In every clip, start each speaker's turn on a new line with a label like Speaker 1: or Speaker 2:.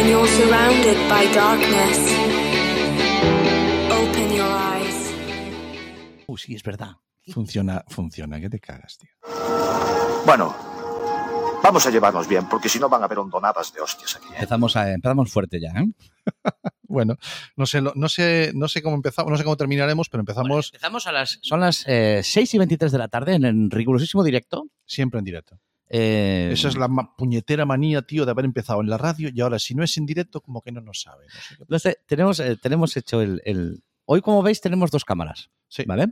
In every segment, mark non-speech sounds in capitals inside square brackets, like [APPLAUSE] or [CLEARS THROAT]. Speaker 1: surrounded by darkness. Open your eyes.
Speaker 2: Uh, sí, es verdad. Funciona, funciona, que te cagas, tío.
Speaker 3: Bueno, vamos a llevarnos bien, porque si no van a haber hondonadas de hostias aquí. ¿eh?
Speaker 4: Empezamos, a- empezamos fuerte ya, ¿eh?
Speaker 2: Bueno, no sé, lo- no sé, Eh, no sé cómo empezamos, no sé cómo terminaremos, pero empezamos
Speaker 4: Empezamos a las. Son las eh, 6 y 23 de la tarde en, el rigurosísimo directo.
Speaker 2: siempre en directo.
Speaker 4: Eh,
Speaker 2: Esa es la ma- puñetera manía, tío, de haber empezado en la radio y ahora si no es en directo, como que no nos sabe. no sé qué.
Speaker 4: no sé, tenemos, eh, tenemos hecho el, el- Hoy, como veis, tenemos dos cámaras.
Speaker 2: Sí.
Speaker 4: ¿Vale?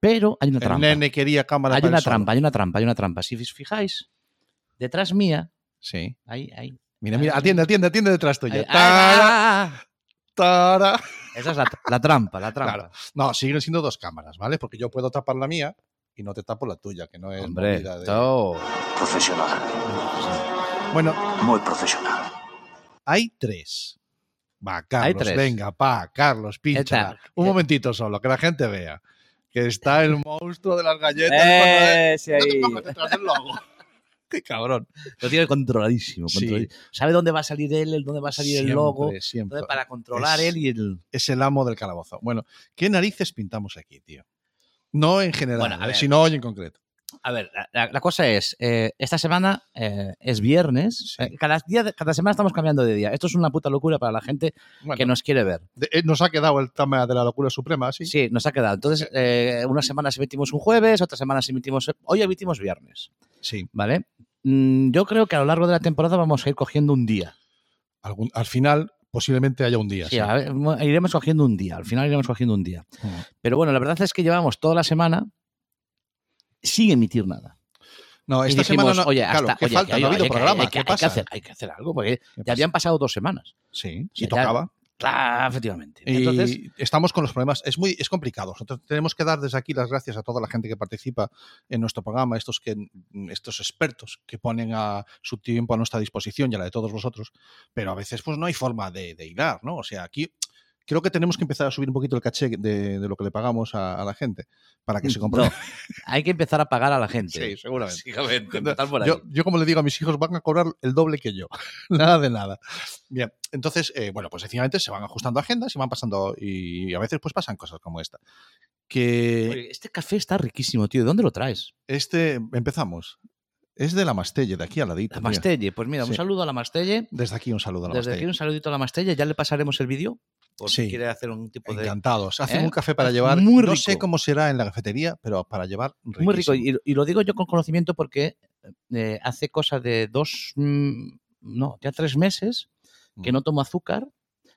Speaker 4: Pero hay una
Speaker 2: El
Speaker 4: trampa.
Speaker 2: nene quería cámara
Speaker 4: hay
Speaker 2: para
Speaker 4: una
Speaker 2: él solo.
Speaker 4: trampa, hay una trampa, hay una trampa. Si os fijáis, detrás mía,
Speaker 2: Sí.
Speaker 4: ahí, ahí.
Speaker 2: Mira, mira, atiende, atiende, atiende detrás
Speaker 4: ahí-
Speaker 2: tuya. Tara,
Speaker 4: ¡Ah!
Speaker 2: tara.
Speaker 4: Esa es la, la trampa, la trampa.
Speaker 2: Claro. No, siguen siendo dos cámaras, ¿vale? Porque yo puedo tapar la mía y no te tapo la tuya, que no es
Speaker 4: Hombre,
Speaker 2: movida de-
Speaker 4: to-
Speaker 3: Profesional,
Speaker 2: Bueno,
Speaker 3: muy profesional.
Speaker 2: hay tres. Va, Carlos,
Speaker 4: Hay tres.
Speaker 2: venga, pa, Carlos, pincha.
Speaker 4: Esta.
Speaker 2: Un momentito solo, que la gente vea. Que está el monstruo de las galletas.
Speaker 4: ¡Eh! Sí,
Speaker 2: cuando- no te
Speaker 4: ahí.
Speaker 2: pongas detrás del logo.
Speaker 4: [LAUGHS]
Speaker 2: Qué cabrón.
Speaker 4: Lo tiene controladísimo.
Speaker 2: Sí.
Speaker 4: controladi- Sabe dónde va a salir él, el- dónde va a salir el
Speaker 2: Siempre,
Speaker 4: logo.
Speaker 2: siempre.
Speaker 4: Entonces, para controlar
Speaker 2: Es-
Speaker 4: él y el.
Speaker 2: Es el amo del calabozo. Bueno, ¿qué narices pintamos aquí, tío? No en general,
Speaker 4: Bueno, a
Speaker 2: eh,
Speaker 4: ver.
Speaker 2: sino hoy en concreto.
Speaker 4: A ver, la- la, la cosa es: eh, esta semana eh, es viernes.
Speaker 2: Sí.
Speaker 4: Eh, cada, día, de- cada semana estamos cambiando de día. Esto es una puta locura para la gente
Speaker 2: Bueno,
Speaker 4: que nos quiere ver.
Speaker 2: de- eh, nos ha quedado el tema de la locura suprema, ¿sí?
Speaker 4: Sí, nos ha quedado. Entonces, eh, unas semanas emitimos un jueves, otras semanas emitimos. Hoy emitimos viernes,
Speaker 2: Sí.
Speaker 4: ¿vale? Mm, yo creo que a lo largo de la temporada vamos a ir cogiendo un día.
Speaker 2: Algún- al final, posiblemente haya un día.
Speaker 4: Sí,
Speaker 2: sí.
Speaker 4: a ver, mo- iremos cogiendo un día, al final iremos cogiendo un día.
Speaker 2: Mm.
Speaker 4: Pero bueno, la verdad es que llevamos toda la semana sin emitir nada.
Speaker 2: No,
Speaker 4: Y
Speaker 2: esta
Speaker 4: dijimos,
Speaker 2: semana no,
Speaker 4: oye,
Speaker 2: claro,
Speaker 4: hasta,
Speaker 2: ¿qué
Speaker 4: oye,
Speaker 2: falta?
Speaker 4: que
Speaker 2: no ha habido
Speaker 4: oye, que hay-
Speaker 2: programa.
Speaker 4: hay que-
Speaker 2: ¿Qué
Speaker 4: hay que
Speaker 2: pasa? Pues
Speaker 4: hacer- hay que hacer algo, porque
Speaker 2: ¿Qué
Speaker 4: ya
Speaker 2: pasa?
Speaker 4: habían pasado dos semanas.
Speaker 2: Sí,
Speaker 4: Sí,
Speaker 2: y
Speaker 4: ya-
Speaker 2: tocaba.
Speaker 4: Claro, efectivamente.
Speaker 2: Y
Speaker 4: Entonces,
Speaker 2: estamos con los problemas. Es muy es complicado. Nosotros tenemos que dar desde aquí las gracias a toda la gente que participa en nuestro programa, estos, que, estos expertos que ponen a su tiempo a nuestra disposición y a la de todos vosotros. Pero a veces pues no hay forma de, de hilar, ¿no? O sea, aquí creo que tenemos que empezar a subir un poquito el caché de, de lo que le pagamos a, a la gente para que se
Speaker 4: no,
Speaker 2: compre.
Speaker 4: hay que empezar a pagar a la gente.
Speaker 2: Sí, seguramente.
Speaker 4: Básicamente, empezar por ahí.
Speaker 2: Yo, yo, como le digo a mis hijos, van a cobrar el doble que yo. [LAUGHS] nada de nada. Bien, entonces, eh, bueno, pues sencillamente se van ajustando agendas y van pasando. Y a veces, pues pasan cosas como esta. Que
Speaker 4: Oye, este café está riquísimo, tío. ¿De dónde lo traes?
Speaker 2: este, empezamos. Es de la Mastelle, de aquí al ladito.
Speaker 4: La
Speaker 2: mira.
Speaker 4: Mastelle. Pues mira, un
Speaker 2: Sí.
Speaker 4: saludo a la Mastelle.
Speaker 2: Desde aquí un saludo a la
Speaker 4: Desde aquí
Speaker 2: Mastelle.
Speaker 4: un saludito a la Mastelle. Ya le pasaremos el vídeo. Por si
Speaker 2: Sí.
Speaker 4: quiere hacer un tipo de.
Speaker 2: Encantados. Hacen
Speaker 4: ¿Eh?
Speaker 2: un café para
Speaker 4: Es
Speaker 2: llevar.
Speaker 4: muy
Speaker 2: No
Speaker 4: rico.
Speaker 2: sé cómo será en la cafetería, pero para llevar.
Speaker 4: Muy rico.
Speaker 2: riquísimo.
Speaker 4: Y, y lo digo yo con conocimiento porque eh, hace cosa de dos, mm, no, ya tres meses que
Speaker 2: Mm.
Speaker 4: no tomo azúcar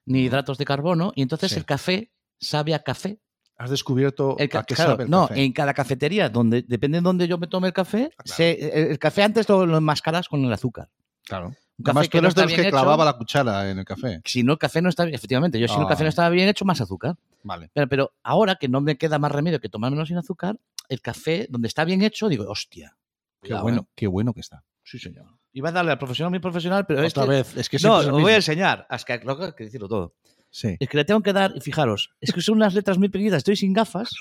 Speaker 4: ni hidratos de carbono y entonces
Speaker 2: Sí.
Speaker 4: el café sabe a café.
Speaker 2: Has descubierto
Speaker 4: El ca-
Speaker 2: a qué
Speaker 4: claro,
Speaker 2: sabe el
Speaker 4: no,
Speaker 2: café.
Speaker 4: en cada cafetería, donde depende de donde yo me tome el café,
Speaker 2: Ah, claro.
Speaker 4: se- eh, el, el café antes lo, lo enmascaras con el azúcar.
Speaker 2: Claro.
Speaker 4: Un café
Speaker 2: Además, tú
Speaker 4: no
Speaker 2: eres
Speaker 4: está
Speaker 2: de los
Speaker 4: bien
Speaker 2: que
Speaker 4: hecho,
Speaker 2: clavaba la cuchara en el café.
Speaker 4: Si no, el café no está bien, efectivamente, yo si no, el café
Speaker 2: Ah.
Speaker 4: no estaba bien hecho, más azúcar.
Speaker 2: Vale.
Speaker 4: Pero, pero ahora que no me queda más remedio que tomármelo sin azúcar, el café, donde está bien hecho, digo, hostia.
Speaker 2: Qué
Speaker 4: cuidado,
Speaker 2: bueno,
Speaker 4: ¿eh?
Speaker 2: qué bueno que está.
Speaker 4: Sí, señor. Iba a darle al profesional mi profesional, pero este-
Speaker 2: Otra vez, es que
Speaker 4: no,
Speaker 2: siempre
Speaker 4: os
Speaker 2: es el
Speaker 4: voy a
Speaker 2: mismo.
Speaker 4: enseñar. Es que, lo que hay que decirlo todo.
Speaker 2: Sí.
Speaker 4: Es que le tengo que dar, y fijaros, es que son unas letras muy pequeñitas, estoy sin gafas.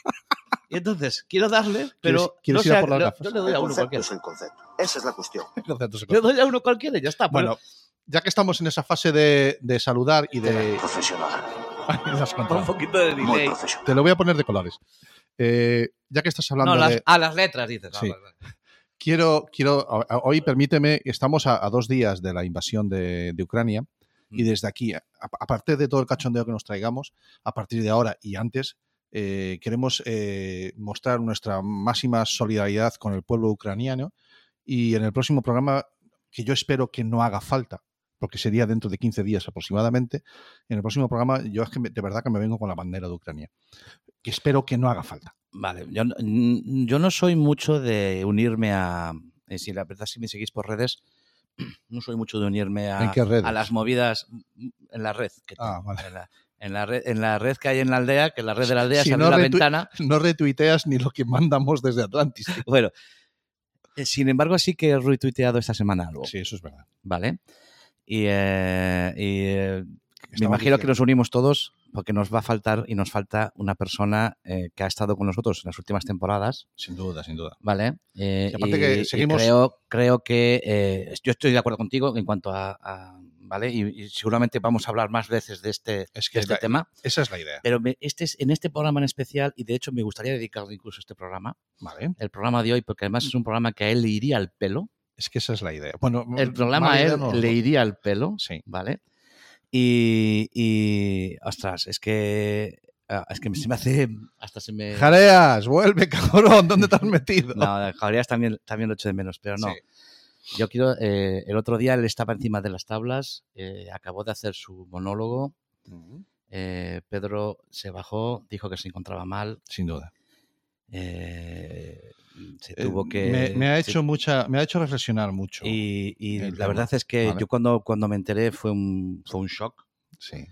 Speaker 4: Y entonces quiero darle, pero.
Speaker 2: ¿Quieres- quieres
Speaker 4: no
Speaker 2: ir a
Speaker 4: sé,
Speaker 2: por las
Speaker 4: no-
Speaker 2: gafas?
Speaker 4: Yo le doy
Speaker 3: El
Speaker 4: a uno
Speaker 3: concepto
Speaker 4: cualquiera.
Speaker 3: es el concepto. Esa es la cuestión.
Speaker 4: Le doy a uno cualquiera y ya está.
Speaker 2: Bueno, ya que estamos en esa fase de, de saludar y [LAUGHS] de.
Speaker 3: Profesional,
Speaker 2: las
Speaker 4: Bueno, un
Speaker 2: contras.
Speaker 4: poquito de
Speaker 3: muy
Speaker 4: delay.
Speaker 3: profesional.
Speaker 2: Te lo voy a poner de colores. Eh, ya que estás hablando
Speaker 4: No, las-
Speaker 2: de.
Speaker 4: a las letras dices. Ah,
Speaker 2: Sí.
Speaker 4: vale, vale.
Speaker 2: Quiero, quiero. a- a- Hoy permíteme, estamos a, a dos días de la invasión de, de Ucrania y
Speaker 4: Mm.
Speaker 2: desde aquí, a- aparte de todo el cachondeo que nos traigamos, a partir de ahora y antes, eh, queremos eh, mostrar nuestra máxima solidaridad con el pueblo ucraniano y en el próximo programa, que yo espero que no haga falta, porque sería dentro de 15 días aproximadamente, en el próximo programa yo es que me- de verdad que me vengo con la bandera de Ucrania, que espero que no haga falta.
Speaker 4: Vale, yo, no- mm, yo no soy mucho de unirme a. eh, Si la verdad, si me seguís por redes, [CLEARS THROAT] no soy mucho de unirme a,
Speaker 2: ¿En qué redes?
Speaker 4: a las movidas mm, en la red. que
Speaker 2: Ah,
Speaker 4: tengo,
Speaker 2: vale. [LAUGHS]
Speaker 4: en, la, en la red, en la red que hay en la aldea, que la red de la aldea
Speaker 2: Si
Speaker 4: se
Speaker 2: no
Speaker 4: abre la
Speaker 2: retu- [LAUGHS]
Speaker 4: ventana.
Speaker 2: No retuiteas ni lo que mandamos desde Atlantis. tío.
Speaker 4: Bueno, eh, sin embargo, sí que he retuiteado esta semana algo.
Speaker 2: Sí, eso es verdad.
Speaker 4: ¿Vale? Y, eh, y, eh, Me
Speaker 2: estamos
Speaker 4: imagino que
Speaker 2: diciendo.
Speaker 4: nos unimos todos porque nos va a faltar y nos falta una persona eh, que ha estado con nosotros en las últimas temporadas,
Speaker 2: Sin duda, sin duda.
Speaker 4: ¿vale? Eh,
Speaker 2: Y aparte que seguimos-
Speaker 4: creo, creo que eh, yo estoy de acuerdo contigo en cuanto a, a- ¿vale? Y, y seguramente vamos a hablar más veces de este,
Speaker 2: Es
Speaker 4: de
Speaker 2: que
Speaker 4: este
Speaker 2: la-
Speaker 4: tema,
Speaker 2: esa es la idea.
Speaker 4: pero me- este es, en este programa en especial, y de hecho me gustaría dedicarle incluso este programa,
Speaker 2: Vale.
Speaker 4: el programa de hoy, porque además es un programa que a él le iría al pelo.
Speaker 2: Es que esa es la idea. Bueno,
Speaker 4: El programa a
Speaker 2: mala idea
Speaker 4: él
Speaker 2: no.
Speaker 4: le iría al pelo.
Speaker 2: Sí.
Speaker 4: ¿Vale? Y, y, ostras, es que. ah, Es que se me hace. Hasta se me.
Speaker 2: Jareas, vuelve, [LAUGHS] cabrón, ¿dónde te has metido?
Speaker 4: Eh, No, Jareas también, también lo echo de menos, pero no.
Speaker 2: Sí.
Speaker 4: Yo quiero. eh, el otro día él estaba encima de las tablas, eh, acabó de hacer su monólogo. eh, Pedro se bajó, dijo que se encontraba mal.
Speaker 2: Sin duda.
Speaker 4: eh, se
Speaker 2: Eh,
Speaker 4: tuvo que.
Speaker 2: me, me ha
Speaker 4: se-
Speaker 2: hecho mucha, me ha hecho reflexionar mucho.
Speaker 4: Y, y
Speaker 2: el
Speaker 4: la
Speaker 2: tema,
Speaker 4: verdad es que
Speaker 2: ¿vale?
Speaker 4: yo cuando, cuando me enteré fue un, fue un shock.
Speaker 2: Sí.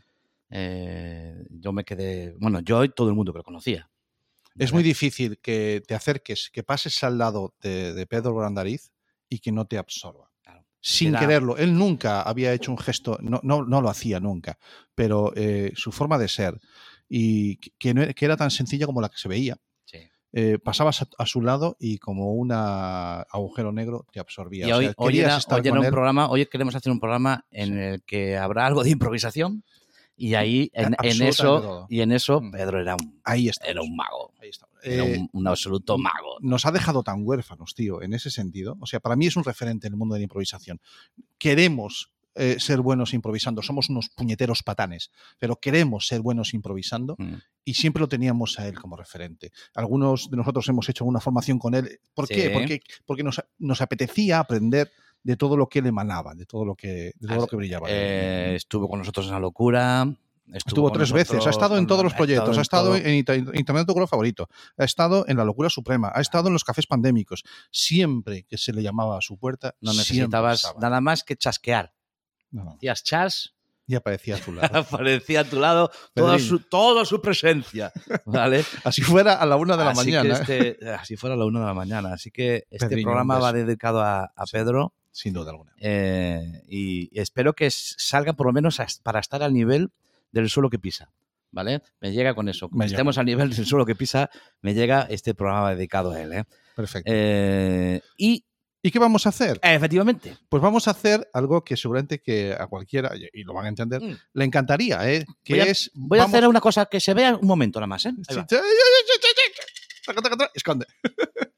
Speaker 4: Eh, yo me quedé. Bueno, yo y todo el mundo que lo conocía.
Speaker 2: Es
Speaker 4: ¿vale?
Speaker 2: muy difícil que te acerques, que pases al lado de, de Pedro Brandariz y que no te absorba.
Speaker 4: Claro.
Speaker 2: Sin
Speaker 4: Era-
Speaker 2: quererlo. Él nunca había hecho un gesto, no, no, no lo hacía nunca, pero eh, su forma de ser, y que- que, no era, que era tan sencilla como la que se veía,
Speaker 4: Sí.
Speaker 2: eh, pasabas a, a su lado y como un agujero negro te absorbía.
Speaker 4: Y
Speaker 2: O
Speaker 4: hoy,
Speaker 2: sea,
Speaker 4: hoy
Speaker 2: querías
Speaker 4: era,
Speaker 2: estar
Speaker 4: hoy era
Speaker 2: con
Speaker 4: un
Speaker 2: él.
Speaker 4: programa, hoy queremos hacer un programa en el que habrá algo de improvisación. Y ahí, en, en
Speaker 2: Absolutamente
Speaker 4: eso,
Speaker 2: todo.
Speaker 4: y en eso,
Speaker 2: Mm.
Speaker 4: Pedro era un,
Speaker 2: Ahí está.
Speaker 4: era un mago.
Speaker 2: Ahí estamos.
Speaker 4: Era
Speaker 2: Eh,
Speaker 4: un, un absoluto mago.
Speaker 2: nos ha dejado tan huérfanos, tío, en ese sentido. O sea, para mí es un referente en el mundo de la improvisación. Queremos eh, ser buenos improvisando, somos unos puñeteros patanes, pero queremos ser buenos improvisando
Speaker 4: Mm.
Speaker 2: y siempre lo teníamos a él como referente. Algunos de nosotros hemos hecho una formación con él. ¿Por
Speaker 4: Sí.
Speaker 2: qué? Porque, porque nos, nos apetecía aprender de todo lo que él emanaba, de todo lo que, de todo
Speaker 4: Ah,
Speaker 2: lo que brillaba.
Speaker 4: Eh, estuvo con nosotros en la locura.
Speaker 2: pues, mm. Estuvo
Speaker 4: con
Speaker 2: tres
Speaker 4: nosotros
Speaker 2: veces, ha estado en
Speaker 4: cuando-
Speaker 2: todos los
Speaker 4: ha
Speaker 2: proyectos, ha estado
Speaker 4: todo.
Speaker 2: en, Inter- Internet tu color favorito, ha estado en La Locura Suprema, ha estado en los cafés pandémicos. Siempre que se le llamaba a su puerta,
Speaker 4: No
Speaker 2: siempre
Speaker 4: necesitabas
Speaker 2: estaba.
Speaker 4: nada más que chasquear.
Speaker 2: No, no,
Speaker 4: Hacías chas [LAUGHS]
Speaker 2: y aparecía a su lado.
Speaker 4: aparecía a tu lado toda
Speaker 2: Pedrín.
Speaker 4: su, toda su presencia, ¿vale?
Speaker 2: Así fuera a la [LAUGHS] una de la
Speaker 4: así
Speaker 2: mañana, ¿eh?
Speaker 4: que este- así fuera la una de la mañana. Así que este
Speaker 2: Pedriño,
Speaker 4: programa
Speaker 2: un
Speaker 4: va
Speaker 2: beso.
Speaker 4: dedicado a, a Pedro
Speaker 2: sin duda alguna.
Speaker 4: eh, y espero que s- salga por lo menos as- para estar al nivel del suelo que pisa, ¿vale? Me llega con eso. Cuando
Speaker 2: Me
Speaker 4: estemos al nivel del suelo que pisa, me llega este programa dedicado a él, ¿eh?
Speaker 2: Perfecto.
Speaker 4: Eh, y
Speaker 2: ¿Y qué vamos a hacer?
Speaker 4: eh, efectivamente,
Speaker 2: Pues vamos a hacer algo que seguramente que a cualquiera, y- y lo van a entender,
Speaker 4: Mm.
Speaker 2: le encantaría, ¿eh? Que
Speaker 4: Voy a-
Speaker 2: es...
Speaker 4: voy
Speaker 2: vamos-
Speaker 4: a hacer una cosa que se vea un momento nada más, ¿eh? Ahí
Speaker 2: Sí,
Speaker 4: va.
Speaker 2: sí, sí, sí, sí, sí, sí. Taca, taca, taca. Esconde. [LAUGHS]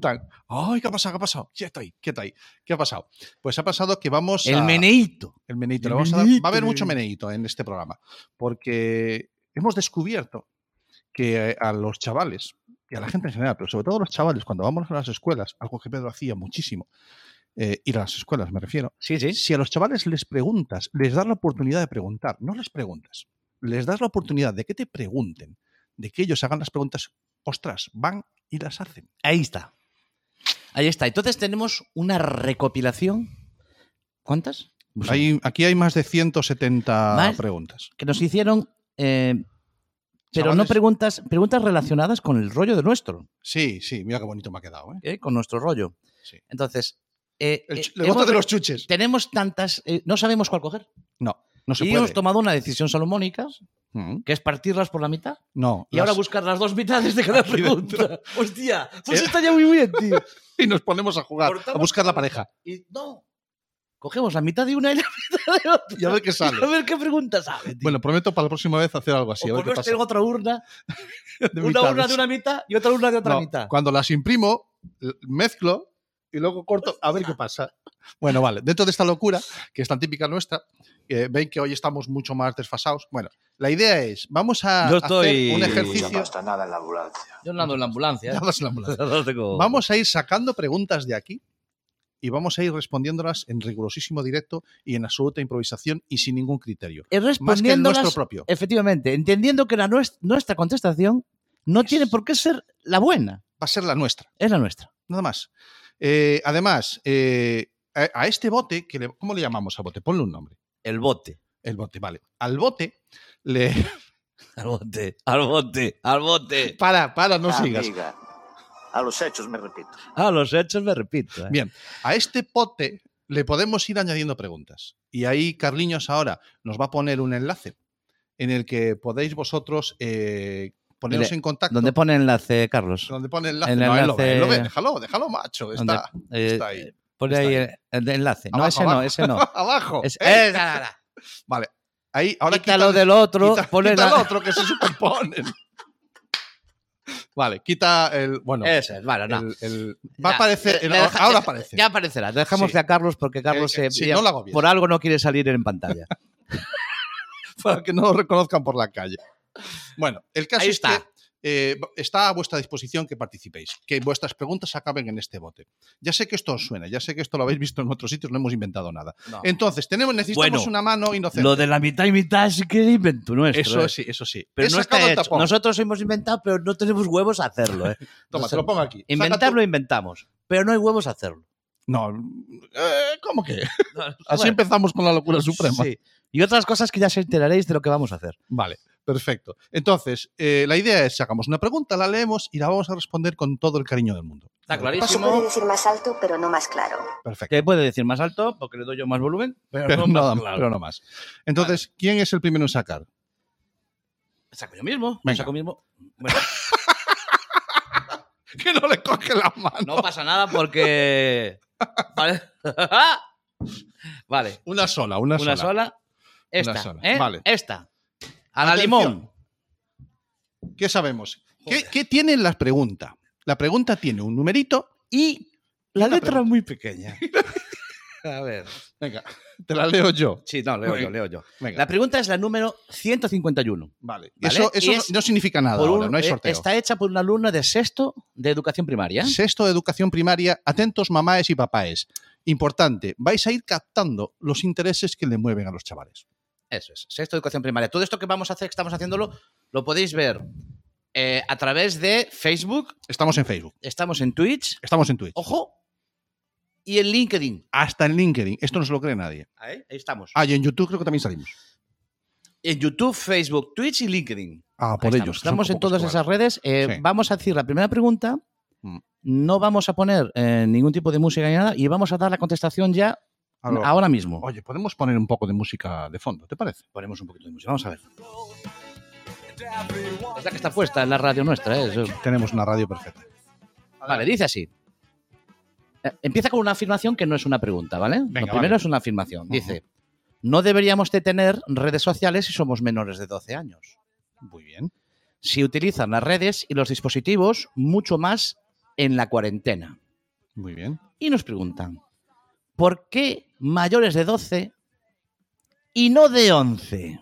Speaker 2: Tan. Ay, ¿qué ha pasado? ¿Qué ha pasado? Quieto ahí, quieto ahí. ¿Qué ha pasado? Pues ha pasado que vamos a...
Speaker 4: El meneíto.
Speaker 2: El meneíto.
Speaker 4: El
Speaker 2: le vamos a dar-
Speaker 4: meneíto,
Speaker 2: va a haber mucho
Speaker 4: meneíto.
Speaker 2: meneíto en este programa. Porque hemos descubierto que eh, a los chavales, y a la gente en general, pero sobre todo a los chavales, cuando vamos a las escuelas, algo que Pedro hacía muchísimo, eh, ir a las escuelas me refiero,
Speaker 4: Sí, sí.
Speaker 2: ¿eh? si a los chavales les preguntas, les das la oportunidad de preguntar, no les preguntas, les das la oportunidad de que te pregunten, de que ellos hagan las preguntas, ostras, van y las hacen.
Speaker 4: Ahí está. Ahí está. Entonces tenemos una recopilación. ¿Cuántas?
Speaker 2: Hay- Pues aquí hay más de 170
Speaker 4: ¿Más?
Speaker 2: preguntas.
Speaker 4: Que nos hicieron. eh, pero no
Speaker 2: Chavales.
Speaker 4: preguntas, preguntas relacionadas con el rollo de nuestro,
Speaker 2: Sí, sí, mira qué bonito me ha quedado. ¿eh?
Speaker 4: ¿eh? con nuestro rollo.
Speaker 2: Sí.
Speaker 4: Entonces, eh,
Speaker 2: El
Speaker 4: eh,
Speaker 2: chu- le gusta
Speaker 4: hemos-
Speaker 2: de los chuches.
Speaker 4: tenemos tantas, eh, no sabemos cuál coger.
Speaker 2: No, no se
Speaker 4: y
Speaker 2: puede.
Speaker 4: hemos tomado una decisión salomónica,
Speaker 2: Mm,
Speaker 4: que es partirlas por la mitad
Speaker 2: No.
Speaker 4: y
Speaker 2: las-
Speaker 4: ahora buscar las dos mitades de cada
Speaker 2: [LAUGHS] Aquí dentro.
Speaker 4: pregunta. Hostia, pues
Speaker 2: Eh.
Speaker 4: está ya muy bien, tío.
Speaker 2: [LAUGHS] y nos ponemos a jugar, a
Speaker 4: Cortamos-
Speaker 2: buscar la pareja
Speaker 4: Y no, cogemos la mitad de una y la [LAUGHS] mitad de otra.
Speaker 2: y a
Speaker 4: [LAUGHS]
Speaker 2: ver qué sale.
Speaker 4: A ver qué pregunta sabe. Tío.
Speaker 2: Bueno, prometo para la próxima vez hacer algo así.
Speaker 4: o
Speaker 2: a
Speaker 4: por
Speaker 2: ver qué
Speaker 4: lo menos
Speaker 2: pasa.
Speaker 4: tengo otra urna,
Speaker 2: [LAUGHS] De
Speaker 4: una urna
Speaker 2: mitades.
Speaker 4: de una mitad y otra urna de otra
Speaker 2: No,
Speaker 4: mitad.
Speaker 2: Cuando las imprimo, l- mezclo y luego corto a ver qué pasa. Bueno, vale, dentro de esta locura, que es tan típica nuestra, eh, ven que hoy estamos mucho más desfasados. Bueno, la idea es, vamos a
Speaker 4: Yo estoy-
Speaker 2: hacer un
Speaker 3: Mucha
Speaker 2: ejercicio.
Speaker 3: pasta, nada en la ambulancia.
Speaker 4: Yo no ando en la [LAUGHS] ambulancia. ¿eh?
Speaker 2: Nada se la mola.
Speaker 4: No tengo-
Speaker 2: Vamos a ir sacando preguntas de aquí y vamos a ir respondiéndolas en rigurosísimo directo y en absoluta improvisación y sin ningún criterio.
Speaker 4: Es
Speaker 2: Más que el nuestro
Speaker 4: respondiéndolas,
Speaker 2: propio.
Speaker 4: efectivamente, entendiendo que la nues- nuestra contestación no
Speaker 2: Yes.
Speaker 4: tiene por qué ser la buena,
Speaker 2: Va a ser la nuestra.
Speaker 4: es la nuestra.
Speaker 2: Nada más. Eh, además, eh, a, a este bote, que le- ¿cómo le llamamos a bote? Ponle un nombre.
Speaker 4: El bote. [LAUGHS]
Speaker 2: El bote, vale. Al bote le.
Speaker 4: Al bote, al bote, al bote.
Speaker 2: [LAUGHS] Para, para, no sigas.
Speaker 3: Amiga, a los hechos me repito.
Speaker 4: Ah, A los hechos me repito. ¿eh?
Speaker 2: Bien. A este pote le podemos ir añadiendo preguntas. Y ahí Carliños ahora nos va a poner un enlace en el que podéis vosotros eh, poneros
Speaker 4: Mire,
Speaker 2: en contacto.
Speaker 4: ¿Dónde pone enlace, Carlos?
Speaker 2: Donde pone el enlace?
Speaker 4: el
Speaker 2: No, él lo
Speaker 4: enlace-
Speaker 2: ve, él lo ve, déjalo, déjalo, macho.
Speaker 4: ¿Dónde?
Speaker 2: Está,
Speaker 4: Eh,
Speaker 2: está ahí.
Speaker 4: [LAUGHS]
Speaker 2: [LAUGHS]
Speaker 4: Pone
Speaker 2: Está
Speaker 4: ahí el, el enlace. No,
Speaker 2: Abajo,
Speaker 4: ese
Speaker 2: abajo.
Speaker 4: no, ese
Speaker 2: [LAUGHS]
Speaker 4: no.
Speaker 2: Abajo.
Speaker 4: Es-
Speaker 2: ¿eh?
Speaker 4: esa, la, la.
Speaker 2: Vale. Ahí, ahora
Speaker 4: Quítalo
Speaker 2: quita-
Speaker 4: del otro,
Speaker 2: quita-
Speaker 4: ponle
Speaker 2: quita
Speaker 4: la-
Speaker 2: el otro que se
Speaker 4: [LAUGHS]
Speaker 2: superponen. vale, quita el. Bueno,
Speaker 4: Eso es, vale, no.
Speaker 2: el- el- va a
Speaker 4: Ya,
Speaker 2: aparecer.
Speaker 4: le-
Speaker 2: el-
Speaker 4: le deja-
Speaker 2: ahora
Speaker 4: le-
Speaker 2: aparece.
Speaker 4: Ya aparecerá. Dejamos
Speaker 2: Sí.
Speaker 4: a Carlos porque Carlos
Speaker 2: Eh, eh,
Speaker 4: eh,
Speaker 2: sí,
Speaker 4: ya-
Speaker 2: no lo hago bien.
Speaker 4: por algo no quiere salir en [LAUGHS] pantalla.
Speaker 2: [LAUGHS] para que no lo reconozcan por la calle. Bueno, el caso
Speaker 4: Ahí
Speaker 2: es
Speaker 4: está.
Speaker 2: que eh, está a vuestra disposición que participéis, que vuestras preguntas acaben en este bote. Ya sé que esto os suena, ya sé que esto lo habéis visto en otros sitios, no hemos inventado nada.
Speaker 4: No.
Speaker 2: Entonces, tenemos, necesitamos
Speaker 4: Bueno,
Speaker 2: una mano inocente.
Speaker 4: Lo de la mitad y mitad sí que es invento nuestro.
Speaker 2: eso
Speaker 4: eh.
Speaker 2: sí, eso sí.
Speaker 4: Pero
Speaker 2: He
Speaker 4: no
Speaker 2: sacado
Speaker 4: está
Speaker 2: el
Speaker 4: hecho.
Speaker 2: tapón.
Speaker 4: Nosotros hemos inventado, pero no tenemos huevos a hacerlo. [LAUGHS] eh.
Speaker 2: Toma,
Speaker 4: no
Speaker 2: te lo
Speaker 4: sé.
Speaker 2: pongo aquí. Saca tu-
Speaker 4: Inventarlo inventamos, pero no hay huevos a hacerlo.
Speaker 2: No, eh,
Speaker 4: [LAUGHS]
Speaker 2: ¿cómo que? Así
Speaker 4: Bueno,
Speaker 2: empezamos con la locura suprema.
Speaker 4: sí. Y otras cosas que ya se enteraréis de lo que vamos a hacer.
Speaker 2: Vale, perfecto. Entonces, eh, la idea es, sacamos una pregunta, la leemos y la vamos a responder con todo el cariño del mundo.
Speaker 4: Está
Speaker 2: Lo que
Speaker 4: clarísimo.
Speaker 5: Se
Speaker 2: pasa-
Speaker 5: puede decir más alto, pero no más claro.
Speaker 2: Perfecto.
Speaker 4: Que puede decir más alto, porque le doy yo más volumen, pero, no
Speaker 2: Pero, no,
Speaker 4: más
Speaker 2: dan-
Speaker 4: claro.
Speaker 2: pero no más. Entonces, ¿quién es el primero
Speaker 4: [LAUGHS]
Speaker 2: en sacar?
Speaker 4: Saco yo mismo.
Speaker 2: Venga.
Speaker 4: Saco mismo. Bueno,
Speaker 2: Que no le coge la mano.
Speaker 4: no pasa nada
Speaker 2: [LAUGHS]
Speaker 4: porque. Vale. [LAUGHS] vale.
Speaker 2: Una sola, una,
Speaker 4: Una sola.
Speaker 2: sola.
Speaker 4: Esta.
Speaker 2: Una sola.
Speaker 4: ¿eh?
Speaker 2: Vale.
Speaker 4: Esta. A la
Speaker 2: Atención.
Speaker 4: limón.
Speaker 2: ¿Qué sabemos? ¿Qué,
Speaker 4: Joder.
Speaker 2: qué tiene la pregunta? La pregunta tiene un numerito.
Speaker 4: Y la
Speaker 2: Una
Speaker 4: letra
Speaker 2: pregunta.
Speaker 4: muy pequeña. [LAUGHS] A ver.
Speaker 2: Venga, te la leo yo.
Speaker 4: Sí, no, leo yo, leo yo.
Speaker 2: Venga,
Speaker 4: La pregunta es la número 151. ¿vale?
Speaker 2: vale. Eso,
Speaker 4: Y
Speaker 2: eso
Speaker 4: es
Speaker 2: no significa nada
Speaker 4: Por
Speaker 2: ahora,
Speaker 4: un-
Speaker 2: no hay
Speaker 4: eh,
Speaker 2: sorteo.
Speaker 4: Está hecha por una alumna de sexto de educación primaria.
Speaker 2: Sexto de educación primaria, atentos mamáes y papáes. Importante, vais a ir captando los intereses que le mueven a los chavales.
Speaker 4: Eso es, sexto de educación primaria. Todo esto que vamos a hacer, que estamos haciéndolo, lo podéis ver eh, a través de Facebook,
Speaker 2: Estamos en Facebook,
Speaker 4: estamos en Twitch,
Speaker 2: estamos en Twitch,
Speaker 4: ojo, y en LinkedIn.
Speaker 2: hasta en LinkedIn. Esto no se lo cree nadie.
Speaker 4: Ahí, ahí estamos.
Speaker 2: Ah, y en YouTube creo que también salimos.
Speaker 4: En YouTube, Facebook, Twitch y LinkedIn.
Speaker 2: Ah, por
Speaker 4: Ahí
Speaker 2: ellos.
Speaker 4: estamos Estamos en todas esas redes. Eh,
Speaker 2: Sí.
Speaker 4: Vamos a decir la primera pregunta.
Speaker 2: Mm.
Speaker 4: No vamos a poner eh, ningún tipo de música ni nada y vamos a dar la contestación ya
Speaker 2: redes.
Speaker 4: ahora mismo.
Speaker 2: Oye, podemos poner un poco de música de fondo, ¿te parece?
Speaker 4: Ponemos un poquito de música. Vamos a ver. Es la que está puesta en la radio nuestra. ¿eh? Eso-
Speaker 2: Tenemos una radio perfecta.
Speaker 4: Vale, dice así. Eh, Empieza con una afirmación que no es una pregunta, ¿vale?
Speaker 2: Venga,
Speaker 4: Lo primero
Speaker 2: vale.
Speaker 4: es una afirmación. Dice, no deberíamos de tener redes sociales si somos menores de 12 años.
Speaker 2: Muy bien.
Speaker 4: Si utilizan las redes y los dispositivos mucho más en la cuarentena.
Speaker 2: Muy bien.
Speaker 4: Y nos preguntan, ¿por qué mayores de 12 y no de 11?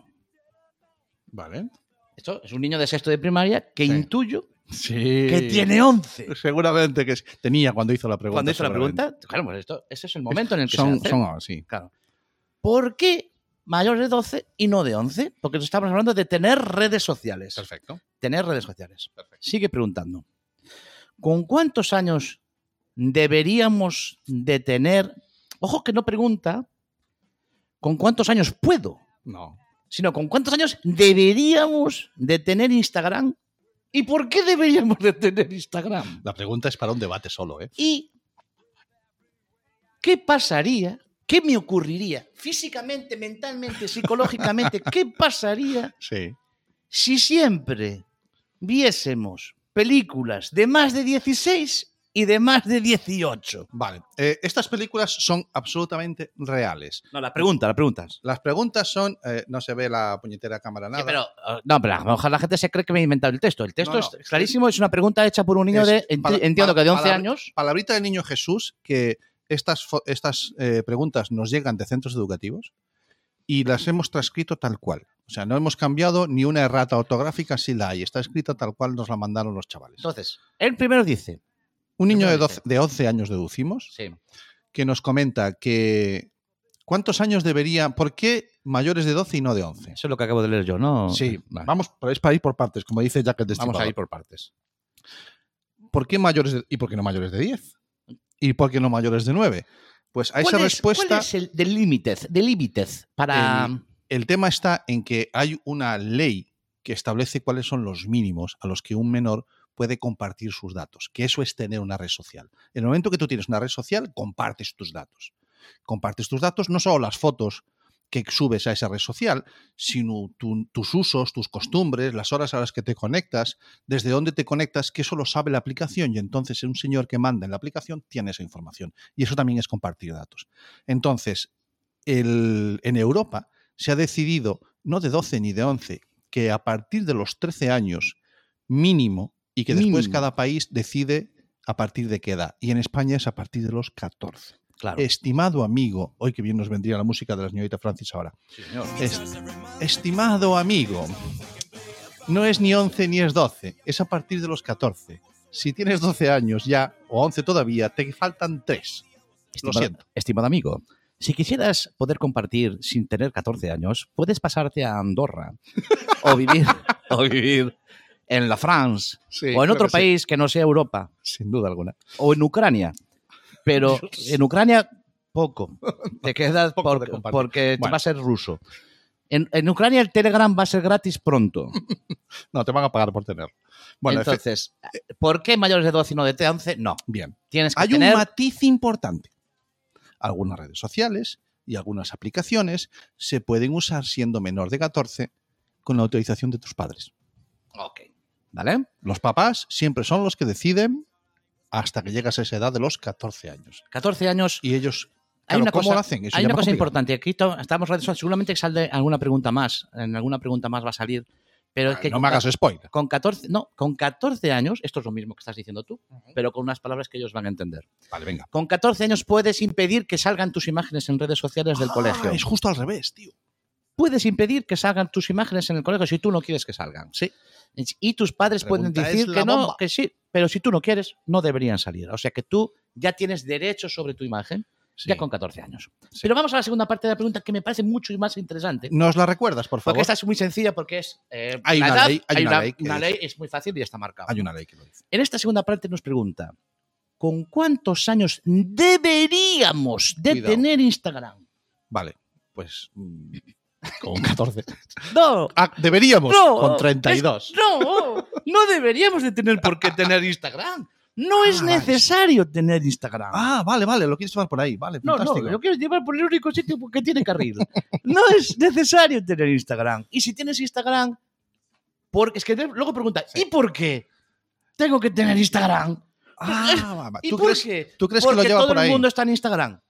Speaker 2: Vale.
Speaker 4: Esto es un niño de sexto de primaria que
Speaker 2: Sí.
Speaker 4: intuyo
Speaker 2: Sí.
Speaker 4: que tiene 11.
Speaker 2: Seguramente que es- tenía cuando hizo la pregunta.
Speaker 4: Cuando hizo la
Speaker 2: seguramente.
Speaker 4: pregunta, claro, pues esto, este es el momento en el que se
Speaker 2: Son,
Speaker 4: hace.
Speaker 2: son ahora, sí.
Speaker 4: Claro. ¿Por qué mayores de 12 y no de 11? Porque estamos hablando de tener redes sociales.
Speaker 2: Perfecto.
Speaker 4: Tener redes sociales.
Speaker 2: Perfecto.
Speaker 4: Sigue preguntando. ¿Con cuántos años deberíamos de tener? Ojo que no pregunta con cuántos años puedo,
Speaker 2: No.
Speaker 4: sino con cuántos años deberíamos de tener Instagram y por qué deberíamos de tener Instagram.
Speaker 2: La pregunta es para un debate solo, ¿eh?
Speaker 4: ¿Y qué pasaría? ¿Qué me ocurriría físicamente, mentalmente, [LAUGHS] psicológicamente? ¿Qué pasaría
Speaker 2: Sí.
Speaker 4: si siempre viésemos películas de más de 16 y de más de 18?
Speaker 2: Vale. Eh, estas películas son absolutamente reales.
Speaker 4: No, la pregunta, la pregunta.
Speaker 2: Las preguntas son. eh, no se ve la puñetera cámara nada.
Speaker 4: pero, eh, no, pero a lo mejor la gente se cree que me he inventado el texto. El texto
Speaker 2: No,
Speaker 4: es
Speaker 2: no.
Speaker 4: clarísimo, es una pregunta hecha por un niño
Speaker 2: Es
Speaker 4: de, enti-
Speaker 2: pala-
Speaker 4: entiendo que de
Speaker 2: pala-
Speaker 4: 11
Speaker 2: palabra-
Speaker 4: años.
Speaker 2: Palabrita del niño Jesús, que estas, fo- estas eh, preguntas nos llegan de centros educativos y las hemos transcrito tal cual. O sea, no hemos cambiado ni una errata ortográfica si la hay. Está escrita tal cual nos la mandaron los chavales.
Speaker 4: Entonces, él primero dice,
Speaker 2: Un niño de,
Speaker 4: Efectivamente.
Speaker 2: 12 de 11 años deducimos
Speaker 4: sí,
Speaker 2: que nos comenta que cuántos años debería, ¿por qué mayores de 12 y no de 11?
Speaker 4: eso es lo que acabo de leer yo, ¿no? Este
Speaker 2: Sí,
Speaker 4: Vale.
Speaker 2: vamos, pero es para ir por partes, como dice Jack el
Speaker 4: Vamos
Speaker 2: Destripador.
Speaker 4: a ir por partes.
Speaker 2: ¿Por qué mayores de- y por qué no mayores de 10? ¿Y por qué no mayores de 9? Pues a esa
Speaker 4: ¿Cuál es- cuál
Speaker 2: respuesta
Speaker 4: es el de límites? De límites para.
Speaker 2: El- El tema está en que hay una ley que establece cuáles son los mínimos a los que un menor puede compartir sus datos, que eso es tener una red social. En el momento que tú tienes una red social, compartes tus datos. Compartes tus datos, no solo las fotos que subes a esa red social, sino tu- tus usos, tus costumbres, las horas a las que te conectas, desde dónde te conectas, que eso lo sabe la aplicación y entonces un señor que manda en la aplicación tiene esa información. Y eso también es compartir datos. Entonces, el- en Europa se ha decidido, no de 12 ni de 11, que a partir de los 13 años mínimo y que después
Speaker 4: Mínimo.
Speaker 2: cada país decide a partir de qué edad. Y en España es a partir de los 14.
Speaker 4: Claro.
Speaker 2: Estimado amigo, hoy que bien nos vendría la música de la señorita Francis ahora.
Speaker 4: Sí, señor.
Speaker 2: Es- estimado amigo, no es ni 11 ni es 12, es a partir de los 14. Si tienes 12 años ya, o 11 todavía, te faltan 3. Lo
Speaker 4: Estimado-
Speaker 2: siento.
Speaker 4: Estimado amigo, si quisieras poder compartir sin tener 14 años, puedes pasarte a
Speaker 2: [LAUGHS]
Speaker 4: Andorra o vivir, o vivir en la France o en otro país que no sea Europa
Speaker 2: Sin duda alguna.
Speaker 4: o en Ucrania. Pero
Speaker 2: [LAUGHS]
Speaker 4: en Ucrania, poco. Te quedas
Speaker 2: Poco
Speaker 4: por-
Speaker 2: de compartir.
Speaker 4: porque
Speaker 2: Bueno.
Speaker 4: va a ser ruso. En, en Ucrania el Telegram va a ser gratis pronto.
Speaker 2: No, te van a pagar por tenerlo. [LAUGHS] Bueno, efe-
Speaker 4: Entonces, ¿por qué mayores de 12 y no de 11? No.
Speaker 2: bien.
Speaker 4: Tienes que
Speaker 2: Hay
Speaker 4: tener...
Speaker 2: un matiz importante. Algunas redes sociales y algunas aplicaciones se pueden usar siendo menor de 14 con la autorización de tus padres.
Speaker 4: Ok. ¿Vale?
Speaker 2: Los papás siempre son los que deciden hasta que llegas a esa edad de los 14 años.
Speaker 4: 14 años
Speaker 2: Y ellos,
Speaker 4: Hay
Speaker 2: claro,
Speaker 4: una
Speaker 2: ¿cómo
Speaker 4: cosa-
Speaker 2: lo hacen? Eso
Speaker 4: Hay
Speaker 2: ya
Speaker 4: una
Speaker 2: me
Speaker 4: cosa
Speaker 2: complica.
Speaker 4: importante. Aquí to- estamos redes sociales. Seguramente sale alguna pregunta más. En alguna pregunta más va a salir. Pero es que
Speaker 2: Ah, No me hagas spoiler.
Speaker 4: con 14, no, con 14 años, esto es lo mismo que estás diciendo tú, pero con unas palabras que ellos van a entender.
Speaker 2: Vale, venga.
Speaker 4: Con 14 años puedes impedir que salgan tus imágenes en redes sociales del colegio.
Speaker 2: Ah, es justo al revés, tío.
Speaker 4: Puedes impedir que salgan tus imágenes en el colegio si tú no quieres que salgan.
Speaker 2: Sí.
Speaker 4: Y tus padres pueden
Speaker 2: Pregunta es
Speaker 4: decir
Speaker 2: la
Speaker 4: que no,
Speaker 2: bomba.
Speaker 4: que sí, pero si tú no quieres, no deberían salir. O sea que tú ya tienes derecho sobre tu imagen ya con 14 años.
Speaker 2: Sí.
Speaker 4: Pero vamos a la segunda parte de la pregunta que me parece mucho y más interesante.
Speaker 2: ¿Nos la recuerdas, por favor?
Speaker 4: Porque esta es muy sencilla porque es... eh,
Speaker 2: Hay
Speaker 4: la
Speaker 2: una
Speaker 4: edad,
Speaker 2: ley, hay una ley que
Speaker 4: una
Speaker 2: es-
Speaker 4: ley, es muy fácil y está marcada.
Speaker 2: Hay una ley que lo dice.
Speaker 4: En esta segunda parte nos pregunta, ¿con cuántos años deberíamos de
Speaker 2: Cuidado.
Speaker 4: tener Instagram?
Speaker 2: Vale, pues mm, con 14.
Speaker 4: No,
Speaker 2: Ah, deberíamos
Speaker 4: No,
Speaker 2: con 32.
Speaker 4: no, no deberíamos de tener por qué tener Instagram. No es
Speaker 2: Ah,
Speaker 4: necesario tener Instagram.
Speaker 2: Ah, vale, vale, lo quieres llevar por ahí. Vale,
Speaker 4: No,
Speaker 2: fantástico.
Speaker 4: no, lo quieres llevar por el único sitio que tiene carril. No es necesario tener Instagram. Y si tienes Instagram, porque es que de- luego pregunta, ¿y por qué tengo que tener Instagram?
Speaker 2: Ah, va, va.
Speaker 4: ¿Y
Speaker 2: ¿Tú
Speaker 4: por
Speaker 2: crees,
Speaker 4: qué?
Speaker 2: tú crees que
Speaker 4: Porque
Speaker 2: lo lleva
Speaker 4: todo
Speaker 2: por
Speaker 4: el
Speaker 2: ahí?
Speaker 4: mundo está en Instagram.